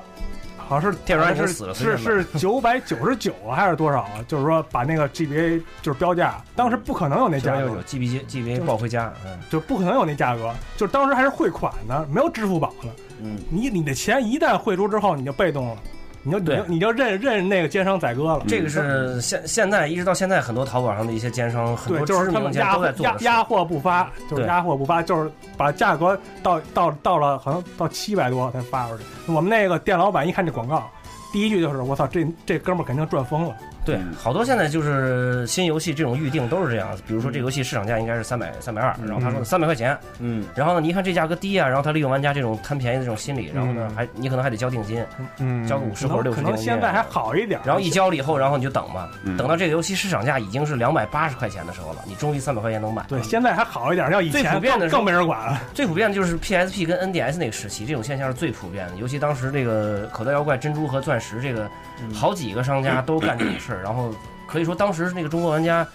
好像是电软已经是死了是随便是九百九十九还是多少啊？就是说把那个 GBA 就是标价，当时不可能有那九价格幺九九 G B G G B A 就是抱回家，嗯，就不可能有那价格，就是当时还是汇款呢，没有支付宝呢。嗯，你你的钱一旦汇出之后，你就被动了，你就你对就你就认认那个奸商宰割了。嗯这个是现现在一直到现在，很多淘宝上的一些奸商，很对，多就知是他名们奸压都在货做压的事。压货不发，就是对压货不发，就是把价格到到到了好像到七百多才发出去。我们那个店老板一看这广告，第一句就是我操，这这哥们儿肯定赚疯了。对，好多现在就是新游戏这种预定都是这样，比如说嗯这游戏市场价应该是三百三百二，然后他说嗯三百块钱，嗯，然后呢，你一看这价格低啊，然后他利用玩家这种贪便宜的这种心理，然后呢嗯还你可能还得交定金，嗯交个五十或者六可十能定可能金，现在还好一点，然后一交了以后，然后你就等吧，嗯等到这个游戏市场价已经是两百八十块钱的时候了，你终于三百块钱能买了。对，现在还好一点，要以最普前遍的更是更没人管了。最普遍的就是 PSP 跟 NDS 那个时期，这种现象是最普遍的。尤其当时这个口袋妖怪、珍珠和钻石，这个嗯好几个商嗯家都干这种事儿，然后可以说当时那个中国玩家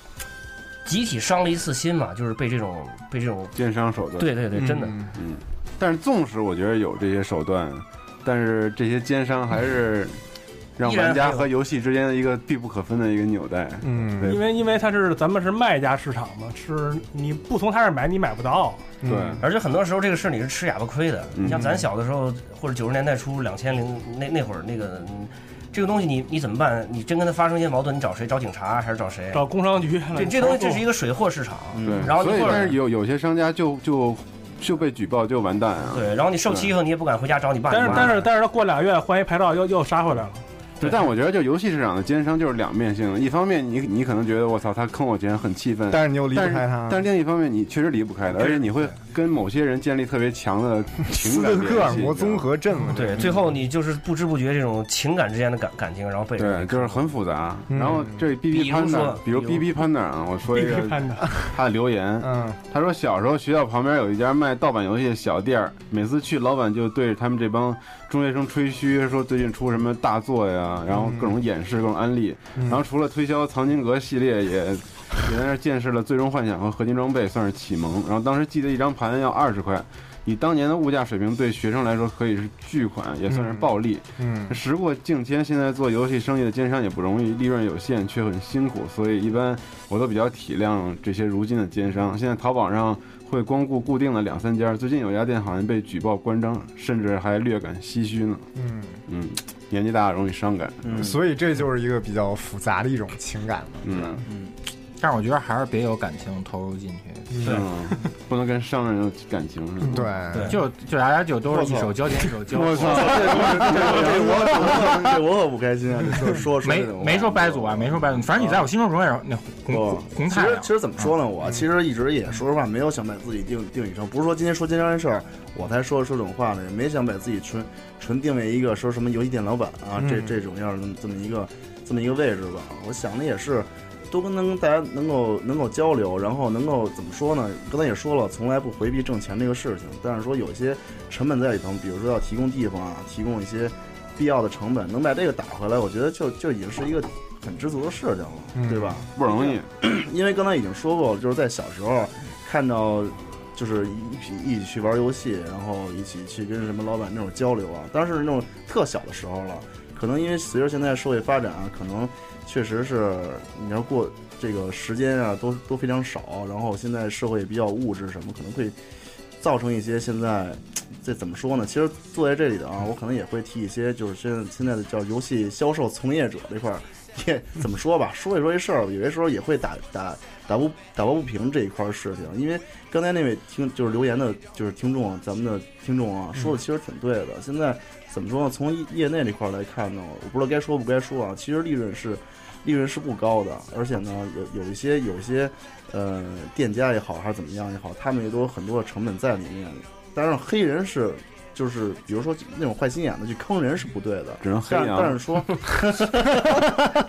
集体伤了一次心嘛，就是被这种被这种奸商手段。对对对，真的。嗯，但是纵使我觉得有这些手段，但是这些奸商还是让依然玩家还有和游戏之间的一个密不可分的一个纽带。嗯对因为因为它是咱们是卖家市场嘛，是你不从他这儿买你买不到。对嗯而且很多时候这个事儿你是吃哑巴亏的。嗯你像咱小的时候，或者九十年代初、两千零那那会儿那个。嗯这个东西你你怎么办？你真跟他发生一些矛盾，你找谁？找警察还是找谁？找工商局这这东西这是一个水货市场，对，嗯然后你所以或者但是有有些商家就就就被举报就完蛋啊。对，然后你受欺负，你也不敢回家找你爸。但你是妈但是但是他过俩月换一牌照又又杀回来了。对，但我觉得就游戏市场的奸商就是两面性的，一方面你你可能觉得我操他坑我钱很气愤，但是你又离不开他但是但是另一方面你确实离不开他，而且你会跟某些人建立特别强的情 感联系。综合症了嗯对，最后你就是不知不觉这种情感之间的感感情，然后被人对，就是很复杂。啊嗯然后这比 B B 如 Panda，说比如比 B 如 B Panda 啊，我说一个 BB Panda 他的留言，嗯，他说小时候学校旁边有一家卖盗版游戏的小店儿，每次去老板就对他们这帮中学生吹嘘，说最近出什么大作呀，然后各种演示，各种安利。嗯然后除了推销藏经阁系列，也也在那儿见识了最终幻想和合金装备，算是启蒙。然后当时记得一张盘要二十块。以当年的物价水平，对学生来说可以是巨款，也算是暴利。嗯时过境迁，现在做游戏生意的奸商也不容易，利润有限，却很辛苦，所以一般我都比较体谅这些如今的奸商。现在淘宝上会光顾固定的两三家，最近有家店好像被举报关张，甚至还略感唏嘘呢。嗯嗯，年嗯纪大容易伤感。嗯所以这就是一个比较复杂的一种情感了。嗯，但是我觉得还是别有感情投入进去，是吗？ 不能跟商人有感情是吗？对，就就大家就都是一手交钱一手交。我操我这我可不开心啊！这说说没没说白组啊，没说白组，反正你在我心中永远是那红红其太实阳。嗯其实怎么说呢，我其实一直也说实话，没有想把自己定定义成，不是说今天说今天这事儿，我才说说这种话呢，也没想把自己纯纯定位一个说什么游戏店老板啊，这嗯这种样儿这么这么一个这么一个位置吧。我想的也是，多跟能大家能够能够交流，然后能够怎么说呢？刚才也说了，从来不回避挣钱这个事情，但是说有些成本在里头，比如说要提供地方啊，提供一些必要的成本，能把这个打回来，我觉得就就已经是一个很知足的事情了，嗯对吧？不容易， 因为刚才已经说过了，就是在小时候看到，就是一起一起去玩游戏，然后一起去跟什么老板那种交流啊，当时是那种特小的时候了。可能因为随着现在社会发展啊，可能确实是你要过这个时间啊，都都非常少，然后现在社会比较物质什么，可能会造成一些现在这怎么说呢？其实坐在这里的啊，我可能也会替一些就是现在现在的叫游戏销售从业者这块儿，也怎么说吧， 说一说这事儿，有些时候也会打打打不打抱不平这一块儿事情。因为刚才那位听就是留言的，就是听众，啊咱们的听众啊，说的其实挺对的。现在怎么说呢？从业内这块儿来看呢，我不知道该说不该说啊。其实利润是利润是不高的，而且呢，有有一些有一些呃店家也好，还是怎么样也好，他们也都有很多的成本在里面。当然，黑人是就是比如说那种坏心眼的去坑人是不对的，只能黑但羊但是说，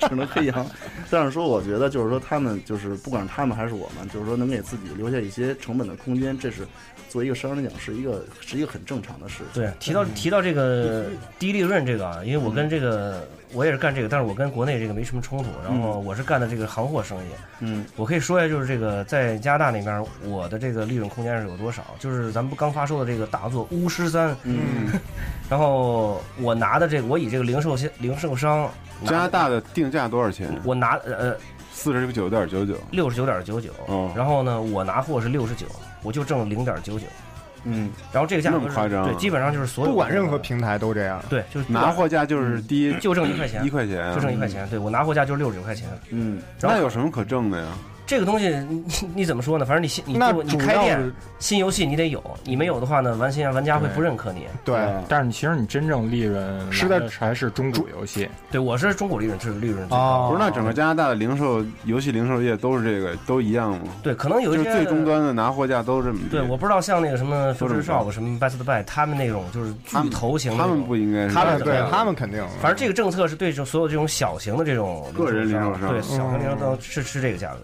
只能黑羊。 但是说，我觉得就是说，他们就是不管是他们还是我们，就是说能给自己留下一些成本的空间，这是作为一个商人来讲是一个是一个很正常的事情。对，提到提到这个低利润这个啊，因为我跟这个我也是干这个，但是我跟国内这个没什么冲突。然后嗯我是干的这个行货生意，嗯，我可以说一下，就是这个在加拿大那边，我的这个利润空间是有多少？就是咱们不刚发售的这个大作《巫师三》，嗯， 然后我拿的这个，我以这个零售先零售商加拿大的定价多少钱？啊我拿呃四十九点九九，六十九点九九哦，然后呢，我拿货是六十九，我就挣零点九九，嗯，然后这个价格那是么夸张啊对，基本上就是所有不管任何平台都这样。对，就是拿货价就是低，就挣一块钱，一块钱啊，就挣一块钱。对我拿货价就是六十九块钱。嗯，然后那有什么可挣的呀？这个东西你你怎么说呢？反正你新你那做你主开要店是新游戏你得有，你没有的话呢，玩新玩家会不认可你。对，但是你其实你真正利润是在拿的还是中古游戏，对我是中古利润是利润最高。不是，那整个加拿大的零售游戏零售业都是这个都一样吗？对，可能有一就些是最终端的拿货价都是这么低。对，我不知道像那个什么 Future 高 Shop、什么 Best Buy 他们那种就是巨头型的那他种，们不应该是他们怎么样嗯他们肯定反正这个政策是对这所有这种小型的这种个人零售商对嗯小型零售商是是这个价格。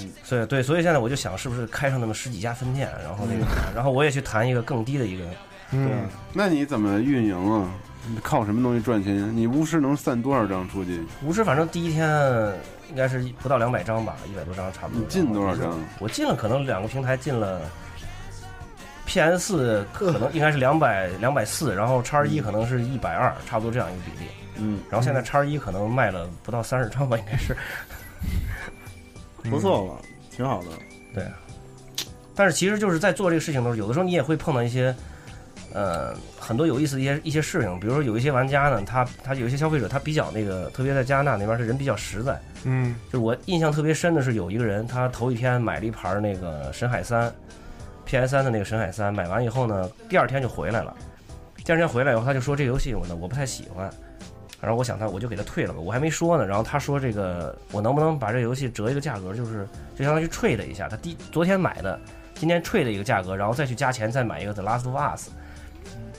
嗯，所以对，所以现在我就想，是不是开上那么十几家分店，然后那个，嗯然后我也去谈一个更低的一个，嗯，那你怎么运营啊？你靠什么东西赚钱呀？你巫师能散多少张出去？不是，反正第一天应该是不到两百张吧，一百多张差不多。你进多少张？我进了，可能两个平台进了，PS 四可能应该是两百两百四，然后叉嗯一可能是一百二，差不多这样一个比例。嗯，然后现在叉一可能卖了不到三十张吧，应该是。不错了，挺好的。对，但是其实就是在做这个事情的时候，有的时候你也会碰到一些，呃，很多有意思的一些一些事情。比如说有一些玩家呢，他他有一些消费者，他比较那个，特别在加拿大那边，他人比较实在。嗯，就是我印象特别深的是有一个人，他头一天买了一盘那个《神海三》，PS 三的那个《神海三》，买完以后呢，第二天就回来了。第二天回来以后，他就说这个游戏我呢我不太喜欢，然后我想他我就给他退了吧，我还没说呢。然后他说这个我能不能把这个游戏折一个价格，就是就相当于 trade 一下，他第昨天买的，今天 trade 一个价格，然后再去加钱再买一个 The Last of Us。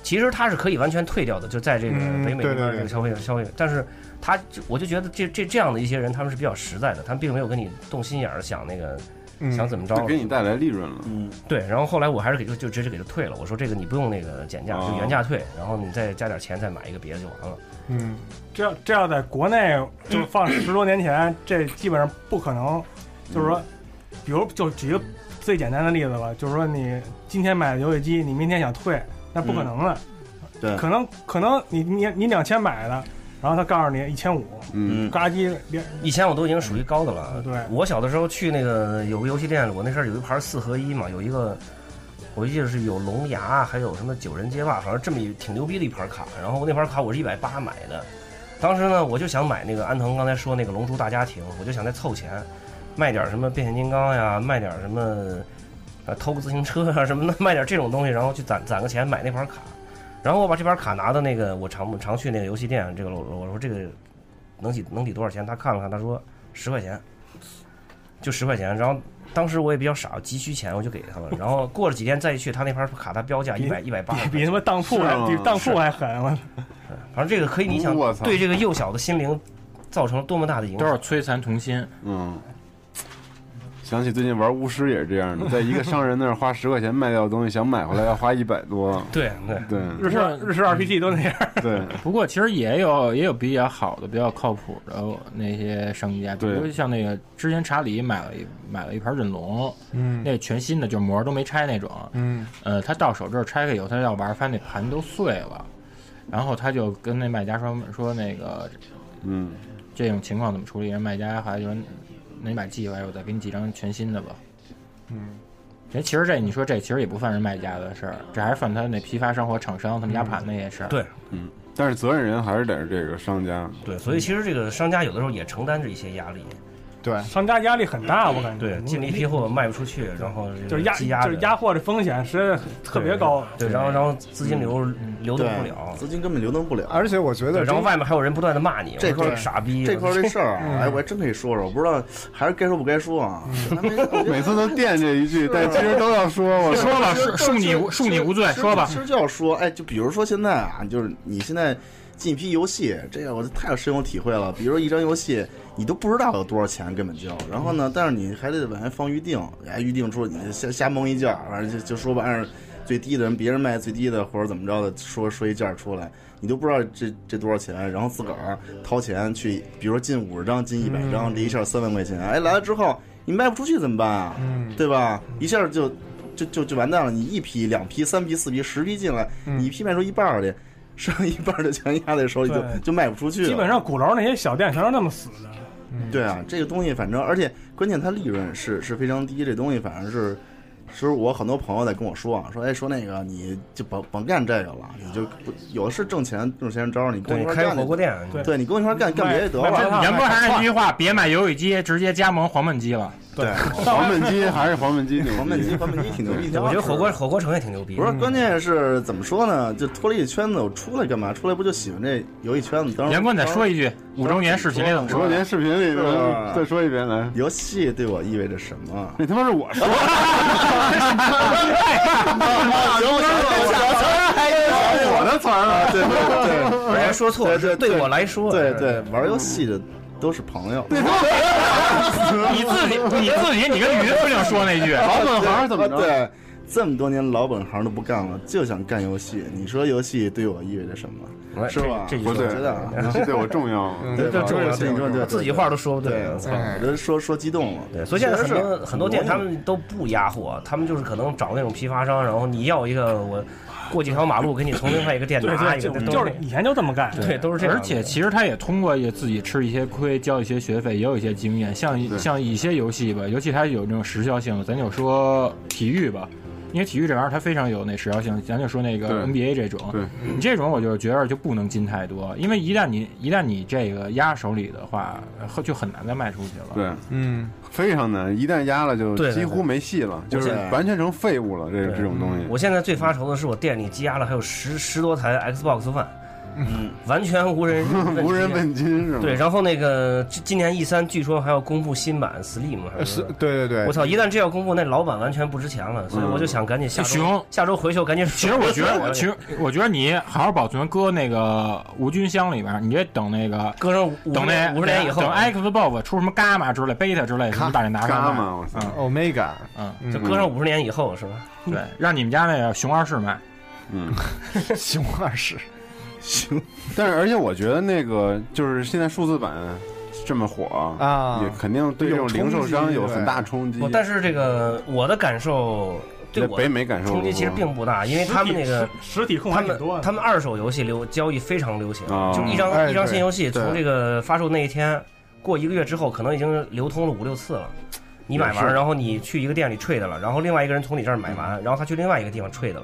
其实它是可以完全退掉的，就在这个嗯北美对这边这对个对消费消费，但是他就我就觉得这这这样的一些人他们是比较实在的，他们并没有跟你动心眼儿想那个、嗯想怎么着就，给你带来利润了。嗯，对，然后后来我还是给就就直接给他退了，我说这个你不用那个减价，就原价哦退，然后你再加点钱再买一个别的就完了。嗯，这要这要在国内就放十多年前，这基本上不可能。就是说，比如就举个最简单的例子吧，就是说你今天买的游戏机，你明天想退，那嗯不可能的。对可能可能你你你两千买的，然后他告诉你一千五，嗯嘎叽连以前我都已经属于高的了。对我小的时候去那个有个游戏店，我那时候有一盘四合一嘛，有一个我记得是有龙牙，还有什么九人街霸，反正这么一挺牛逼的一盘卡。然后那盘卡我是一百八买的，当时呢我就想买那个安藤刚才说那个《龙珠大家庭》，我就想再凑钱。卖点什么变形金刚呀，卖点什么啊偷个自行车啊什么的，卖点这种东西，然后去攒攒个钱买那盘卡。然后我把这盘卡拿到那个我常常去那个游戏店，这个我我说这个能抵能抵多少钱？他看了看，他说十块钱，就十块钱。然后当时我也比较傻，急需钱我就给他了。然后过了几天再去，他那盘卡他标价一百一百八，比他妈当铺还比当铺还狠，我反正这个可以，你想我操对这个幼小的心灵造成了多么大的影都响？是摧残童心。嗯，想起最近玩巫师也是这样的，在一个商人那儿花十块钱卖掉的东西，想买回来要花一百多。 对对日式嗯日式 RPG 都那样。对，不过其实也有也有比较好的、比较靠谱的那些商家，比对如像那个之前查理买了一买了一盘忍龙，嗯那全新的，就是膜都没拆那种，嗯呃，他到手这儿拆开以后，他要玩，发现那盘都碎了，然后他就跟那卖家说说那个嗯，这种情况怎么处理？人卖家后来就说，那你把寄回来，我再给你几张全新的吧。哎嗯，其实其实这你说这其实也不算是卖家的事儿，这还是算他那批发商或厂商他们家盘那些事儿。对，嗯，但是责任人还是得是这个商家。对，所以其实这个商家有的时候也承担着一些压力。对，嗯商家压力很大，我感觉。嗯对，进了一批货卖不出去，然后这个就是压积压就着是压货的风险实在特别高。嗯对，嗯然后然后资金流流动不对了，资金根本流动不了。而且我觉得对然后真外面还有人不断的骂你，这我说块儿傻逼，这块儿这事儿嗯啊，哎，我还真可以说说，我不知道还是该说不该说啊。嗯 每次都惦这一句，但其实都要说。我说吧其实恕恕你无其实恕你无罪其实说吧其实就要说，哎，就比如说现在啊，就是你现在进一批游戏，这个我太有深有体会了。比如说一张游戏，你都不知道有多少钱，根本就，然后呢，但是你还得往下放预定，哎，预定出你瞎瞎蒙一价，反正就就说吧，按照最低的人别人卖最低的或者怎么着的，说说一价出来。你都不知道这这多少钱，然后自个儿掏钱去，比如说进五十张、进一百张，这一下三万块钱，哎，来了之后你卖不出去怎么办啊？嗯对吧？一下就就就就完蛋了。你一批、两批、三批、四批、十批进来，嗯你一批卖出一半儿去，剩一半儿的全压在手里就对就卖不出去了。基本上鼓楼那些小店全是那么死的。对啊，这个东西反正，而且关键它利润是是非常低，这东西反正是，是我很多朋友在跟我说啊，说哎说那个你就甭甭干这个了，你就不有的是挣钱挣钱招儿，你跟我一块儿对你干开火就锅店对对你跟我一块儿干干别的得这了。啊严哥还是那句话，别买游戏机，直接加盟黄焖鸡了。对，黄焖鸡还是黄焖鸡牛逼，黄焖鸡黄焖鸡挺牛逼，挺好我觉得吃火锅火锅城也挺牛逼。不是，关键是怎么说呢？就脱离一圈子，我出来干嘛？出来不就喜欢这游戏圈子？当然，严哥，你再说一句，当五然周年视频里怎么五周说？年视频里再说一遍来。游戏对我意味着什么？那他妈是我说。我的词儿啊，对对 对，人家说错了，对我来说，对对，玩游戏的都是朋友。 你自己你自己，你跟于司令说那句，对，这么多年老本行都不干了，就想干游戏。你说游戏对我意味着什么？是吧？哎这这我这觉得啊游戏对我重要 对这吧重要对重要对，自己话都说不对对，我操我都说说激动了。对所以现在很确实多是很多店他们都不压货，他们就是可能找那种批发商，然后你要一个我过几条马路给你从另外一个店拿一个，都那样以前就这么干对，都是这样而的。且其实他也通过也自己吃一些亏，交一些学费，也有一些经验。像一像一些游戏吧，尤其它有这种时效性，咱就说体育吧。因为体育这玩意儿它非常有那时效性，咱就说那个对 NBA 这种对，你这种我就觉得就不能进太多，因为一旦你一旦你这个压手里的话，呃就很难再卖出去了。对，嗯，非常难，一旦压了就对对几乎没戏了，就是完全成废物了。这个这种东西，我现在最发愁的是，我店里积压了还有十十多台 Xbox One，嗯，完全无 人无人问津是吗？嗯对，然后那个今今年 E 三据说还要公布新版 Slim，还是是，对对对，我操！一旦这要公布，那老板完全不值钱了，所以嗯我就想赶紧下周下周回去，我赶紧。其实我觉得，其实我觉得你好好保存，搁那个无菌箱里边，你别等那个搁上等那50年以后等啊 Xbox 出什么伽马之类、贝塔之类的，你把这拿上来。伽马我操，Omega，嗯，就搁上五十年以后是吧？对，让你们家那个熊二世卖。 嗯，熊二世，行。但是而且我觉得那个就是现在数字版这么火啊也肯定对这种零售商有很大冲击不。但是这个我的感受。对我的那北美感受冲击如何其实并不大，因为他们那个实体控他还挺们多的他们二手游戏流交易非常流行，哦就一张、哎一张对新游戏从对这个发售那一天过一个月之后，可能已经流通了五六次了。你买也完，是然后你去一个店里 trade 了，然后另外一个人从你这儿买完，然后他去另外一个地方 trade 了，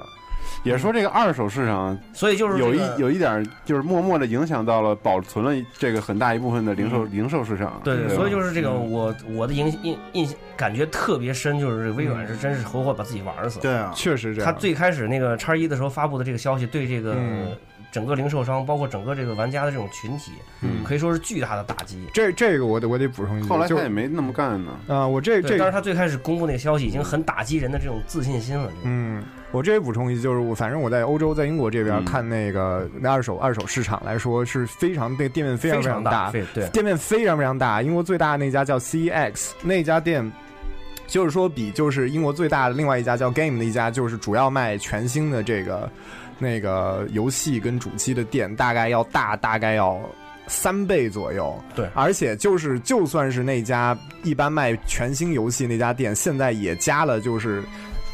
也说这个二手市场，所以就是这有个一有一点就是默默的影响到了保存了这个很大一部分的零售零售市啊场。嗯对吧所以就是这个嗯我我的影印印感觉特别深，就是微软是真是活活把自己玩死。对啊确实这样他最开始那个叉一的时候发布的这个消息，对这个嗯整个零售商，包括整个这个玩家的这种群体，嗯可以说是巨大的打击。这这个我得我得补充一句，后来他就也没那么干呢。啊，我这对这但是他最开始公布那个消息，已经很打击人的这种自信心了。这个嗯，我这里补充一句，就是我反正我在欧洲，在英国这嗯边看那个那二手二手市场来说是非常那店面非常非非常常大大，对对店面非常非常大。英国最大的那家叫 CEX，那家店。就是说，比就是英国最大的另外一家叫 Game 的一家，就是主要卖全新的这个那个游戏跟主机的店，大概要大，大概要三倍左右。对，而且就是就算是那家一般卖全新游戏那家店，现在也加了就是。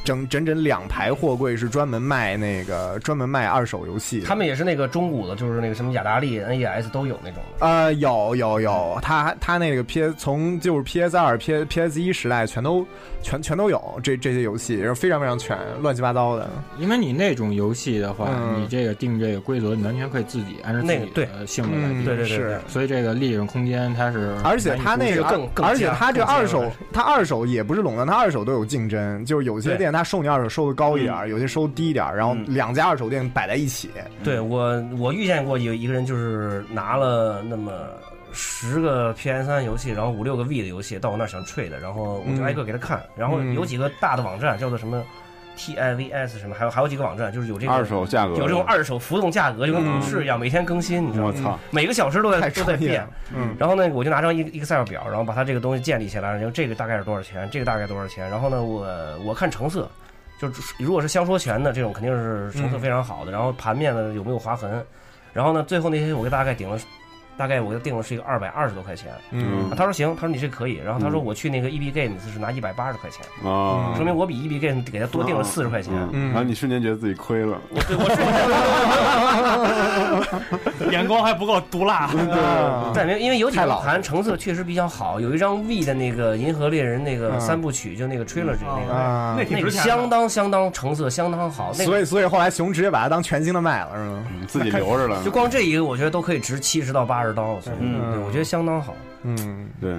整整整两排货柜是专门卖那个专门卖二手游戏的，他们也是那个中古的，就是那个什么雅达利、NES 都有那种。呃，有有有，他他那个 P 从就是 PS 二、P PS 一时代全都全全都有这这些游戏，然后非常非常全，乱七八糟的。因为你那种游戏的话，嗯你这个定这个规则，你完全可以自己按照自那己个对的性格来嗯定。对对对是所以这个利润空间它是难以估计的，而且他那个而且他这二手，他二手也不是垄断，他二手都有竞争，就是有些对嗯店他收你二手收的高一点儿，有些收低一点儿，然后两家二手店摆在一起。嗯对我，我遇见过有一个人，就是拿了那么十个 PS 三游戏，然后五六个 V 的游戏到我那儿想 trade，然后我就嗯挨个给他看。然后嗯有几个大的网站叫做什么 TIVS 什么，还有还有几个网站就是有这个二手价格嗯有这种二手浮动价格，就跟股嗯市一样，每天更新，你知道吗？我操每个小时都在太都专在业变了。嗯然后呢，我就拿张一 Excel 表，然后把它这个东西建立起来，然后这个大概是多少钱，这个大概多少钱。然后呢，我我看成色，就是如果是相说全的这种，肯定是成色非常好的。然后盘面呢有没有划痕？然后呢，最后那些我给大概顶了，大概我给他定了是一个二百二十多块钱。嗯啊他说行，他说你这可以。然后他说嗯我去那个 EB Games 是拿一百八十块钱，啊，说明我比 EB Games 给他多定哦了四十块钱。然后你瞬间觉得自己亏了。嗯 眼光还不够毒辣。啊对但因为有几太个老盘成色确实比较好，有一张 V 的那个《银河猎人》那个嗯三部曲，就那个 trilogy 那个，啊那挺那个值钱的相当相当成色相当好，那个所以所以后来熊直接把它当全新的卖了，是吗？嗯自己留 着了就光这一个，我觉得都可以值七十到八十刀，所以对我觉得相当好。嗯，对，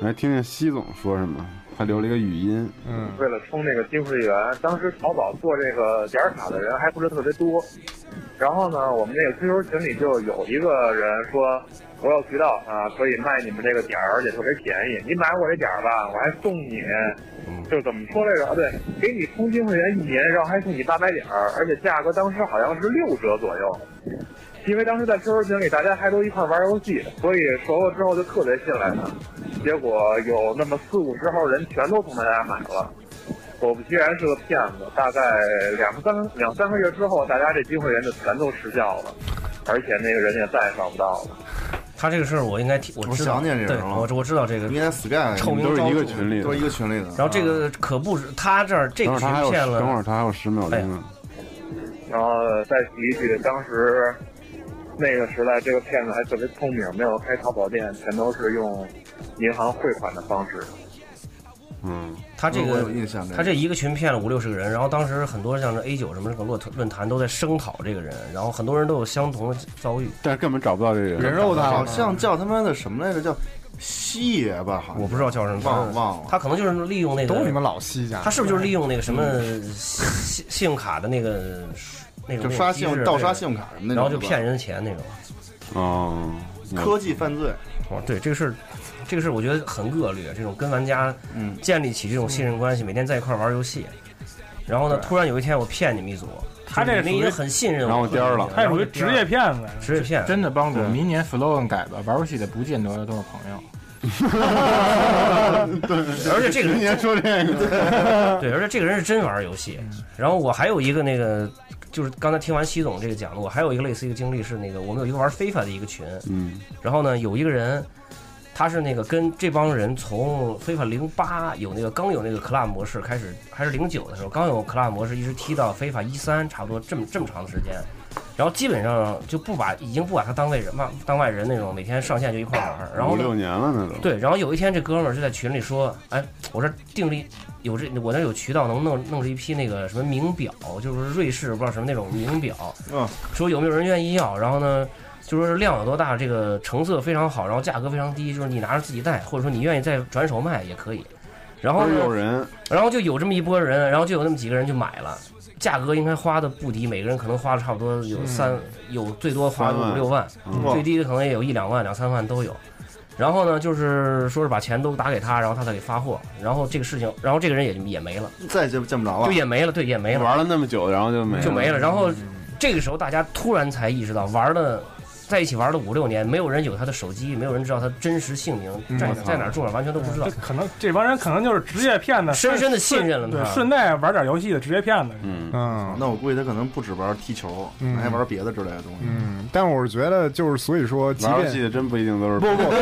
来听听西总说什么，他留了一个语音。嗯，为了充这个金会员，当时淘宝做这个点儿卡的人还不是特别多。然后呢，我们这个 QQ 群里就有一个人说，我有渠道啊，可以卖你们这个点儿，而且特别便宜。你买我这点儿吧，我还送你，就是怎么说来着？啊，对，给你充金会员一年，然后还送你八百点儿，而且价格当时好像是六折左右。因为当时在 QQ 群里大家还都一块玩游戏，所以熟了之后就特别信赖他。结果有那么四五十号人全都从他家买了，果不其然是个骗子。大概两三两三个月之后，大家这机会人就全都失效了，而且那个人也再也找不到了。他这个事儿我应该听，我我知道，想起这对，人了我我知道这个，应该 Sky 臭名都是昭一个著群里的都是一个群里的然后这个可不是他这儿这啊等个群会儿他还有，骗了，等会儿他还有十秒钟呢。然后再提一句，当时那个时代这个骗子还特别聪明，没有开淘宝店，全都是用银行汇款的方式。嗯，他这我个有印象这个他这一个群骗了五六十个人，然后当时很多像是 A 九什么这个论论坛都在声讨这个人，然后很多人都有相同的遭遇，但是根本找不到这个人人肉他好像叫他妈的什么来着？叫西爷吧？好像我不知道叫什么，忘了忘了。他可能就是利用那个，都你们老西家他是不是就是利用那个什么信信用卡的那个那种嗯就刷信用那种机制盗刷信用卡什么那种然后就对吧骗人钱那种。哦，科技犯罪。哦，对，这个事儿，这个事儿我觉得很恶劣。这种跟玩家嗯建立起这种信任嗯关系，每天在一块儿玩游戏，然后呢，突然有一天我骗你们一组，他这就是你属们于也很信任我，他属于然职后业 骗子，职业骗子真的帮主。明年 slogan 改吧，玩游戏的不见得都是朋友。对，而且这个人您说这个， 对，而且这个人是真玩游戏。嗯然后我还有一个那个，就是刚才听完西总这个讲的，我还有一个类似一个经历是那个，我们有一个玩非法的一个群，嗯，然后呢，有一个人，他是那个跟这帮人从非法零八有那个刚有那个 club 模式开始，还是零九的时候，刚有 club 模式，一直踢到非法一三，差不多这么这么长的时间。然后基本上就不把已经不把他当外人嘛，当外人那种，每天上线就一块玩儿。然后五呢六年了那都。对，然后有一天这哥们儿就在群里说：“哎，我这定力有这，我那有渠道能弄弄出一批那个什么名表，就是瑞士不知道什么那种名表，嗯， 说有没有人愿意要？然后呢，就说是量有多大，这个成色非常好，然后价格非常低，就是你拿着自己戴，或者说你愿意再转手卖也可以。然后呢有人，然后就有这么一波人，然后就有那么几个人就买了。”价格应该花的不低，每个人可能花了差不多有三，有最多花三个万五六万，嗯最低的可能也有一两万、两三万都有。然后呢，就是说是把钱都打给他，然后他再给发货，然后这个事情，然后这个人也也没了，再也见见不着了，就也没了，对，也没了，玩了那么久，然后就没了就没了。然后这个时候大家突然才意识到，玩了在一起玩了五六年，没有人有他的手机，没有人知道他真实姓名，在在哪儿住哪儿，完全都不知道这。可能这帮人可能就是职业骗子，深深地信任了对，他顺带玩点游戏的职业骗子。嗯嗯，那我估计他可能不只玩踢球，嗯还玩别的之类的东西。嗯，但我是觉得就是，所以说，即玩游便戏的真不一定都是不不不不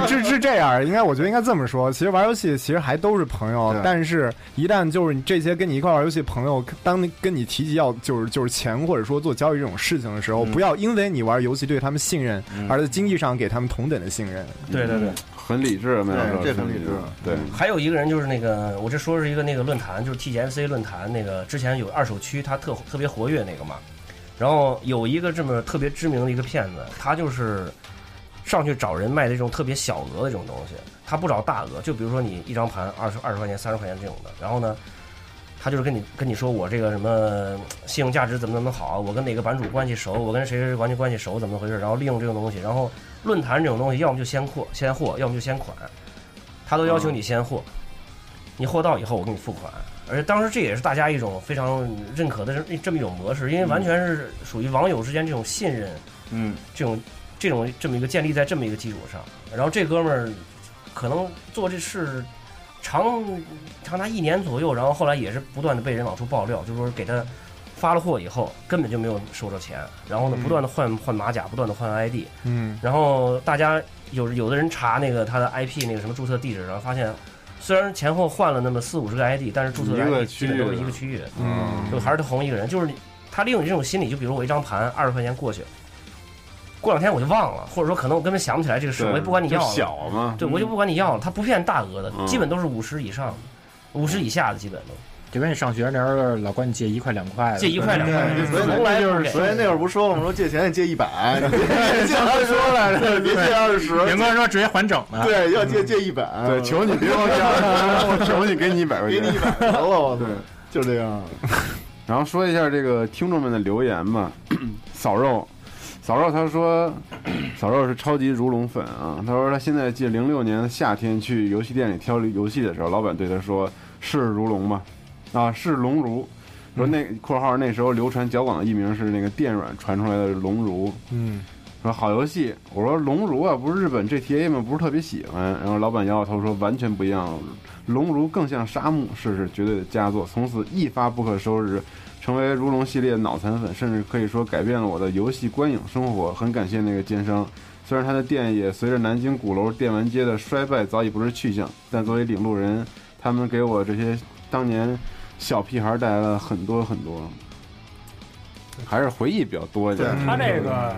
不，这是这样，应该我觉得应该这么说。其实玩游戏其实还都是朋友对，但是一旦就是你这些跟你一块玩游戏的朋友，当跟你提及要就是就是钱或者说做交易这种事情的时候，嗯不要因为你玩游戏对他们信任，而在经济上给他们同等的信任。对对对，很理智，没有说对这很理智对，还有一个人就是那个，我这说是一个那个论坛，就是 TGMC 论坛那个之前有二手区，他特特别活跃那个嘛。然后有一个这么特别知名的一个骗子，他就是上去找人卖这种特别小额的这种东西，他不找大额，就比如说你一张盘二十二十块钱、三十块钱这种的，然后呢，他就是跟你跟你说我这个什么信用价值怎么怎么好，我跟哪个版主关系熟，我跟谁谁谁关系关系熟，怎么回事？然后利用这种东西，然后论坛这种东西，要么就先货先货，要么就先款，他都要求你先货，你货到以后我给你付款。而且当时这也是大家一种非常认可的这这么一种模式，因为完全是属于网友之间这种信任，嗯，这种这种这么一个建立在这么一个基础上。然后这哥们儿可能做这事长长达一年左右，然后后来也是不断的被人往出爆料，就说给他发了货以后根本就没有收着钱，然后呢嗯不断的换换马甲，不断的换 ID，嗯然后大家有有的人查那个他的 IP 那个什么注册地址，然后发现虽然前后换了那么四五十个 ID，但是注册的一个 ID 基本都是区域一个区域，嗯就还是同一个人，就是你他利用你这种心理，就比如我一张盘二十块钱过去。过两天我就忘了，或者说可能我根本想不起来这个事，对我也不管你要了。就小嘛对，我就不管你要了。他不骗大额的，嗯基本都是五十以上，五十以下的基本都。就跟你上学那时候老管你借一块两块的，借一块两块对所以从来就不是，给所以那会儿不说了吗？说借钱也借 一百，你别借二二十十来着，别借二十。严哥说直接还整呢。嗯对，要借借一百，对，求你别 往下，我求你 给你一百块给钱，你一百得了，我操，就这样。然后说一下这个听众们的留言吧， 扫肉。扫肉他说， 扫肉是超级如龙粉啊。他说他现在记零六年的夏天去游戏店里挑游戏的时候，老板对他说：“是如龙吗？啊，是龙如。”说那（括号那时候流传较广的艺名是那个电软传出来的龙如。嗯，说好游戏，我说龙如啊，不是日本 GTA 吗？不是特别喜欢。然后老板摇摇头说完全不一样，龙如更像沙漠，是是绝对的佳作，从此一发不可收拾，成为如龙系列脑残粉，甚至可以说改变了我的游戏观影生活。很感谢那个奸商，虽然他的店也随着南京鼓楼电玩街的衰败早已不是去向，但作为领路人，他们给我这些当年小屁孩带来了很多很多。还是回忆比较多一点。他这个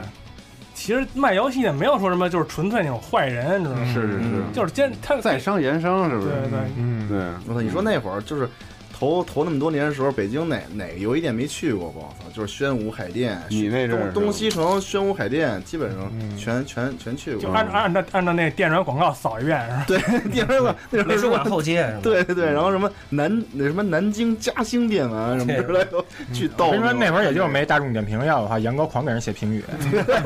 其实卖游戏的没有说什么，就是纯粹那种坏人，你知道吗？是是是就是兼他在商言商是不是？对对嗯，对。我操，你说那会儿就是头头那么多年的时候，北京哪哪个游戏店没去过不？我操，就是宣武海淀，你那阵东儿是东西城、宣武海淀，基本上全全全去过。就按按照按照那电软广告扫一遍是吧？嗯对， 电玩馆那时候美术馆什么后街是吧对对对，然后什么南那什么南京嘉兴电玩什么之类的，去我逗。跟你说那会儿也就是没大众点评要的话，杨哥狂给人写评 语。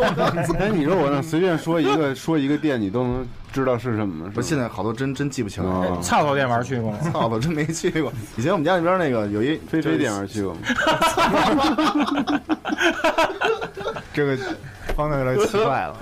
哎，你说我让随便说一个说一个店，你都能知道是什哦么吗？不，现在好多真真记不清哎了。操头电玩去过吗？操的，真没去过。以前我们家那边那个有一菲菲电玩 去过吗？这个方向有点奇怪了。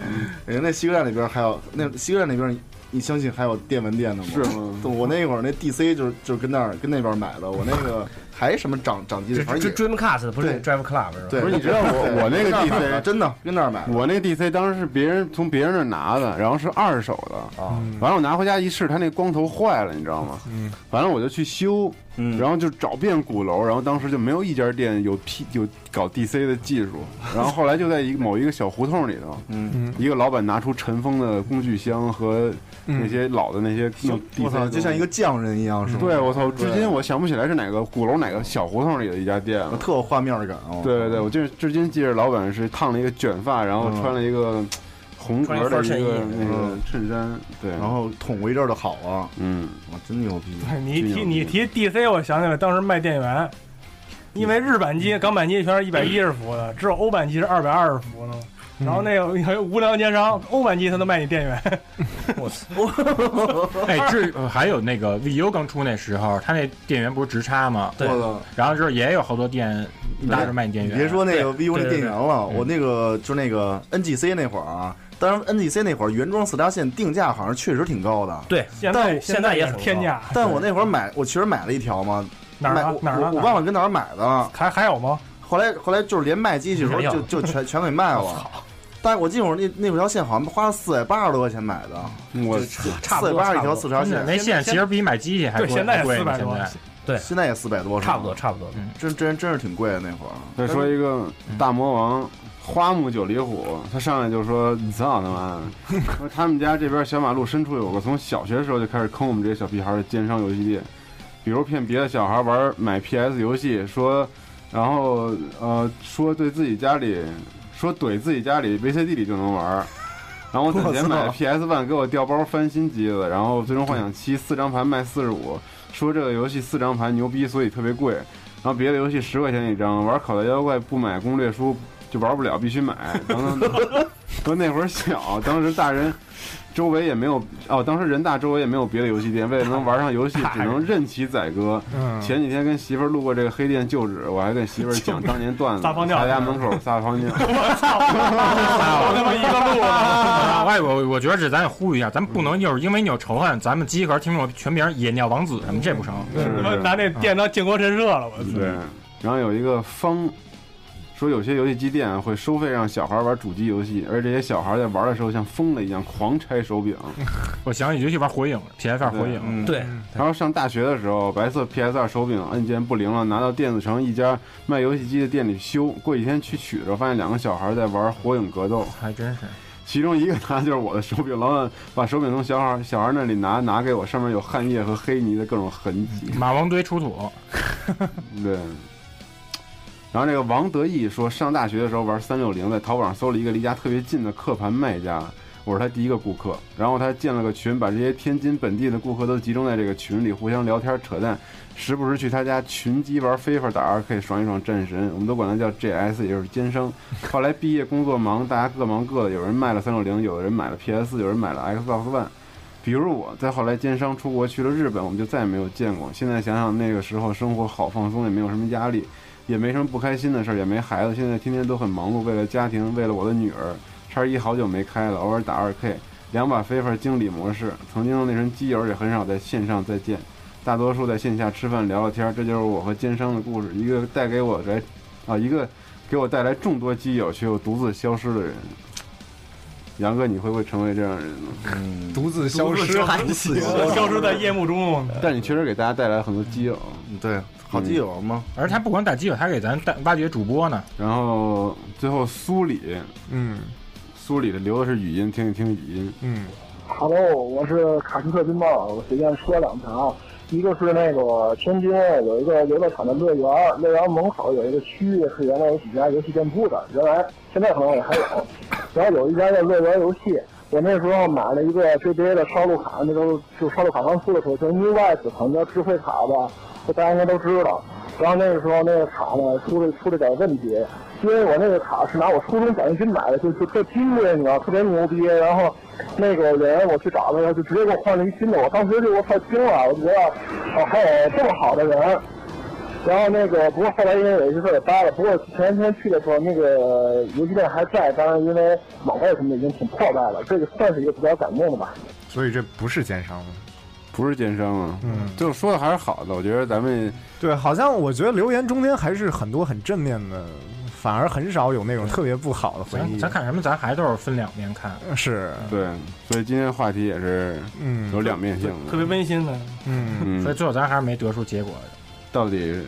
人啊哎家那西客站那边还有那西客站那边，你相信还有电文店的吗？是吗？我那会儿那 DC 就是就是跟那儿跟那边买的，我那个还什么掌掌嗯机的，反这正这也 Dreamcast 不是对 Drive Club 是吧？对，不是你知道我我那个跟儿买的 DC 真的跟那儿买的，我那 DC 当时是别人从别人那儿拿的，然后是二哦手的啊。完了我拿回家一试，它那光头坏了，你知道吗？嗯，完了我就去修，嗯，然后就找遍鼓楼，然后当时就没有一家店有 P 有搞 DC 的技术，然后后来就在一个某一个小胡同里头，嗯，一个老板拿出尘封的工具箱和那些老的那些弄 DC，我操，的就像一个匠人一样，嗯是吗？嗯对，我操！至今我想不起来是哪个鼓楼哪个小胡同里的一家店了，特有画面感哦。对对对，我就是至今记着老板是烫了一个卷发，然后嗯穿了一个红格的一嗯个那个衬衫，对，然后捅过一阵儿的好啊，嗯，哇，真牛逼！ 哎你一提你一提 DC，我想起来当时卖电源，因为日版嗯机、港版机全是一百一十伏的，只有欧版机是二百二十伏的。然嗯后那个有一无良奸商，欧版机他都卖你电源，我哦 操！ 哎，这呃还有那个 VU 刚出那时候，它那电源不是直插吗？对我操然后就是也有好多店一大堆卖你电源。别说那个 vivo 那对嗯电源了，我那个就那个 NGC 那会儿啊，当然 NGC 那会儿原装四闸线定价好像确实挺高的，对现在但现在也很高天价但我那会儿买，我确实买了一条嘛，哪儿啊买我哪儿啊我我哪儿啊忘了跟哪儿买的，还还有吗？后来后来就是连卖机器的时候还有就就全全给卖了。但我记得我那那条线好像花了四百八十多块钱买的，我差四百八十一条四闸线，那线其实比买机器还贵，贵呢现在对，现在也四百多，差不多，差不多。嗯，真真真是挺贵的那会儿。再说一个大魔王花木九里虎，他上来就说：“你操他妈！” 说他们家这边小马路深处有个从小学时候就开始坑我们这些小屁孩的奸商游戏店，比如骗别的小孩玩买 PS 游戏，说，然后呃说对自己家里说怼自己家里 VCD 里就能玩。然后我攒钱买 PS One，给我调包翻新机子，然后《最终幻想七》四张盘卖四十五，说这个游戏四张盘牛逼，所以特别贵。然后别的游戏十块钱一张，玩口袋妖怪不买攻略书就玩不了，必须买。等等， 说那会儿小，当时大人周围也没有哦，当时人大周围也没有别的游戏店，为了能玩上游戏，只能任其宰割。嗯前几天跟媳妇儿路过这个黑店旧址，我还跟媳妇儿讲当年段子，撒泡尿他家门口撒泡尿。我他妈一个路啊！哎，我我觉得这咱也呼吁一下，咱不能就是因为你有仇恨，咱们集合听众全名野尿王子什么这不成？嗯是是拿那电当建国神社了，我操！对，然后有一个方说，有些游戏机店啊会收费让小孩玩主机游戏，而这些小孩在玩的时候像疯了一样狂拆手 柄。啊我想起游戏玩火影，PS 二火嗯影，对。然后上大学的时候，白色 PS 二手柄按键不灵了，拿到电子城一家卖游戏机的店里修。过几天去取的时候，发现两个小孩在玩火影格斗，还真是。其中一个拿的就是我的手柄，老板把手柄从小孩小孩那里拿拿给我，上面有汗液和黑泥的各种痕迹。马王堆出土，对。然后这个王德义说，上大学的时候玩三六零，在淘宝上搜了一个离家特别近的刻盘卖家，我是他第一个顾客。然后他建了个群，把这些天津本地的顾客都集中在这个群里，互相聊天扯淡，时不时去他家群机玩非法打 RK，爽一爽战神，我们都管他叫 GS，也就是奸商。后来毕业工作忙，大家各忙各的，有人卖了三六零，有的人买了 PS，有人买了 Xbox One。比如我，再后来奸商出国去了日本，我们就再也没有见过。现在想想那个时候生活好放松，也没有什么压力，也没什么不开心的事儿，也没孩子，现在天天都很忙碌，为了家庭，为了我的女儿。叉一好久没开了，偶尔打二 K，两把非法经理模式。曾经的那群基友也很少在线上再见，大多数在线下吃饭聊聊天儿。这就是我和奸商的故事，一个带给我来，啊，一个给我带来众多基友却又独自消失的人。杨哥，你会不会成为这样的人呢？嗯，独自消失独自 消失在夜幕中。啊但你确实给大家带来了很多基友，对，好基友吗？而他不光带基友，他给咱带挖掘主播呢。嗯然后最后苏里，嗯，苏里的留的是语音，听一听语音，嗯， Hello，我是卡斯特冰棒，我随便说两条，一个是那个天津有一个游乐场的乐园，乐园门口有一个区域是原来有几家游戏店铺的，原来现在可能也还有，然后有一家叫乐园游戏，我那时候买了一个 GBA 的烧录卡，那都就烧录卡刚出的时候，就是 New West 可能叫智慧卡吧，这大家应该都知道。然后那个时候那个卡呢出了出了点问题，因为我那个卡是拿我初中奖学金买的，就就特金贵，你知道，特别牛逼。然后那个人我去找他，然后就直接给我换了一新的，我当时就我操惊了，我觉得哦还有这么好的人。然后那个，不过后来因为有一些事儿也掰了。不过前天去的时候，那个游戏店还在，当然因为网页什么的已经挺破败了，这个算是一个比较感动的吧。所以这不是奸商吗？不是奸商啊，嗯，就是说的还是好的，我觉得咱们对，好像我觉得留言中间还是很多很正面的，反而很少有那种特别不好的回咱忆。咱看什么？咱还都是分两面看。是对，所以今天话题也是嗯有两面性的，特别温馨的。嗯嗯所以最后咱还是没得出结果。到底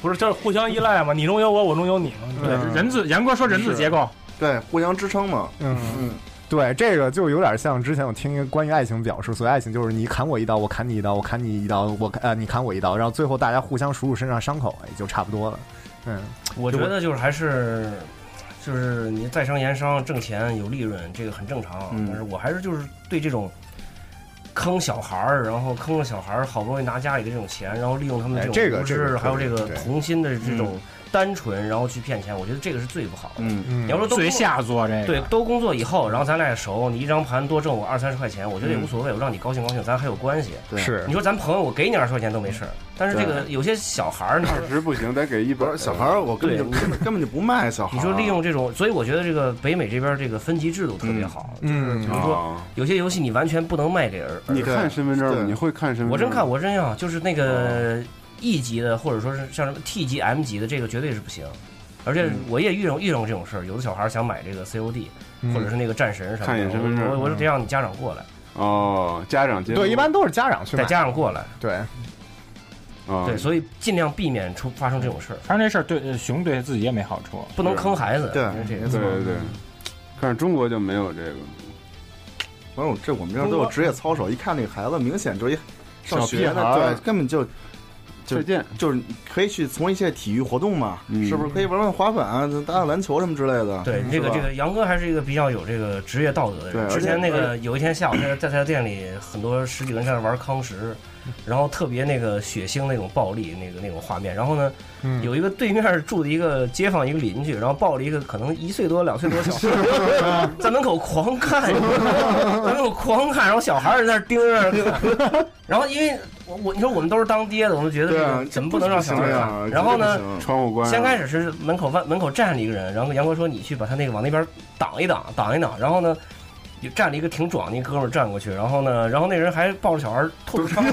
不是就是互相依赖嘛，你中有我，我中有你嘛。对人字严哥说人字结构，对，互相支撑嘛。嗯嗯，对，这个就有点像之前我听一个关于爱情表述，所以爱情就是你砍我一刀，我砍你一刀，我砍你一刀，我砍呃你砍我一刀，然后最后大家互相数数身上伤口，也就差不多了。嗯，我觉得就是还是，就是你在商言商，挣钱有利润，这个很正常。嗯但是我还是就是对这种坑小孩儿，然后坑了小孩儿，好不容易拿家里的这种钱，然后利用他们的哎这这种个无这个知，还有这个对对童心的这种嗯单纯，然后去骗钱，我觉得这个是最不好的。嗯你要说都最下作这个对，都工作以后，然后咱俩也熟，你一张盘多挣我二三十块钱，我觉嗯得也无所谓，我让你高兴高兴，咱还有关系。对是你说咱朋友，我给你二十块钱都没事嗯儿，但是这个对有些小孩儿，你说二十不行，得给一本。小孩儿我根本就根本根本就不卖小孩儿。你说利用这种，所以我觉得这个北美这边这个分级制度特别好，就是嗯比如说啊有些游戏你完全不能卖给儿。你看身份证吗？你会嗯哦看身份证吗？我真看，我真要，就是那个 E 级的，或者说是像什么 T 级、M 级的，这个绝对是不行。而且我也遇上遇上这种事儿，有的小孩想买这个 COD，嗯或者是那个战神什么的，看一眼身份证嗯我我我就得让你家长过来，哦，家长接对，一般都是家长去买，带家长过来，对，啊，对，所以尽量避免出发生这种事儿，反正这事儿对呃熊对自己也没好处，不能坑孩子。对这对个对对，但是中国就没有这个。反正我这我们这儿都有职业操守，一看这个孩子明显就是一上学小屁孩儿的，对，根本就就再见就是可以去从一些体育活动嘛，嗯是不是可以玩玩滑板啊、打打篮球什么之类的？对，这是个吧这个杨哥嗯还是一个比较有这个职业道德的人。对之前而且那个有一天下午在在他店里，很多十几个人在那玩康石，嗯然后特别那个血腥那种暴力那个那种画面。然后呢，嗯有一个对面住的一个街坊一个邻居，然后抱着一个可能一岁多两岁多小孩 在门口狂看， 在门口狂看，然后小孩儿在那盯着那儿看，然后因为。我我你说我们都是当爹的，我们觉得对这啊个怎么这不能不让小孩行儿呀看？这然后不呢行，窗户关啊上先开始是门口外门口站着一个人，然后杨哥说你去把他那个往那边挡一挡，挡一挡。然后呢，就站了一个挺壮的一哥们儿站过去，然后呢， 然后那人还抱着小孩儿吐着窗，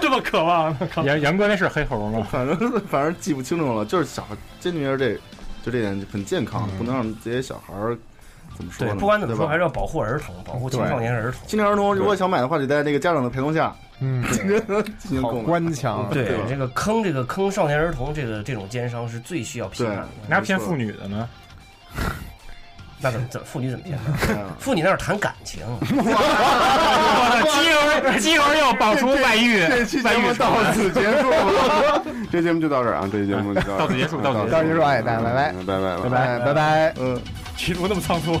这么渴 望。杨杨哥那是黑猴吗？反正反正记不清楚了，就是小孩真觉得这就这点很健康，不能让自己小孩儿怎么说对，呢？不管怎么说，对吧还是要保护儿童，保护青少年儿童。青年儿童如果想买的话，得在这个家长的陪同下，嗯， 进行购买。官腔啊对吧这个坑，这个坑少年儿童，这个这种奸商是最需要批判的。对那骗妇女的呢？那怎么怎么妇女怎么骗呢？妇女那是谈感情。基友基友又爆出外遇这期外节遇目出到来此结束了， 这节目就到这儿啊，这节目就到到此结束到到此结束 到这儿说哎拜拜拜拜拜拜拜拜拜，嗯，题目那么仓促。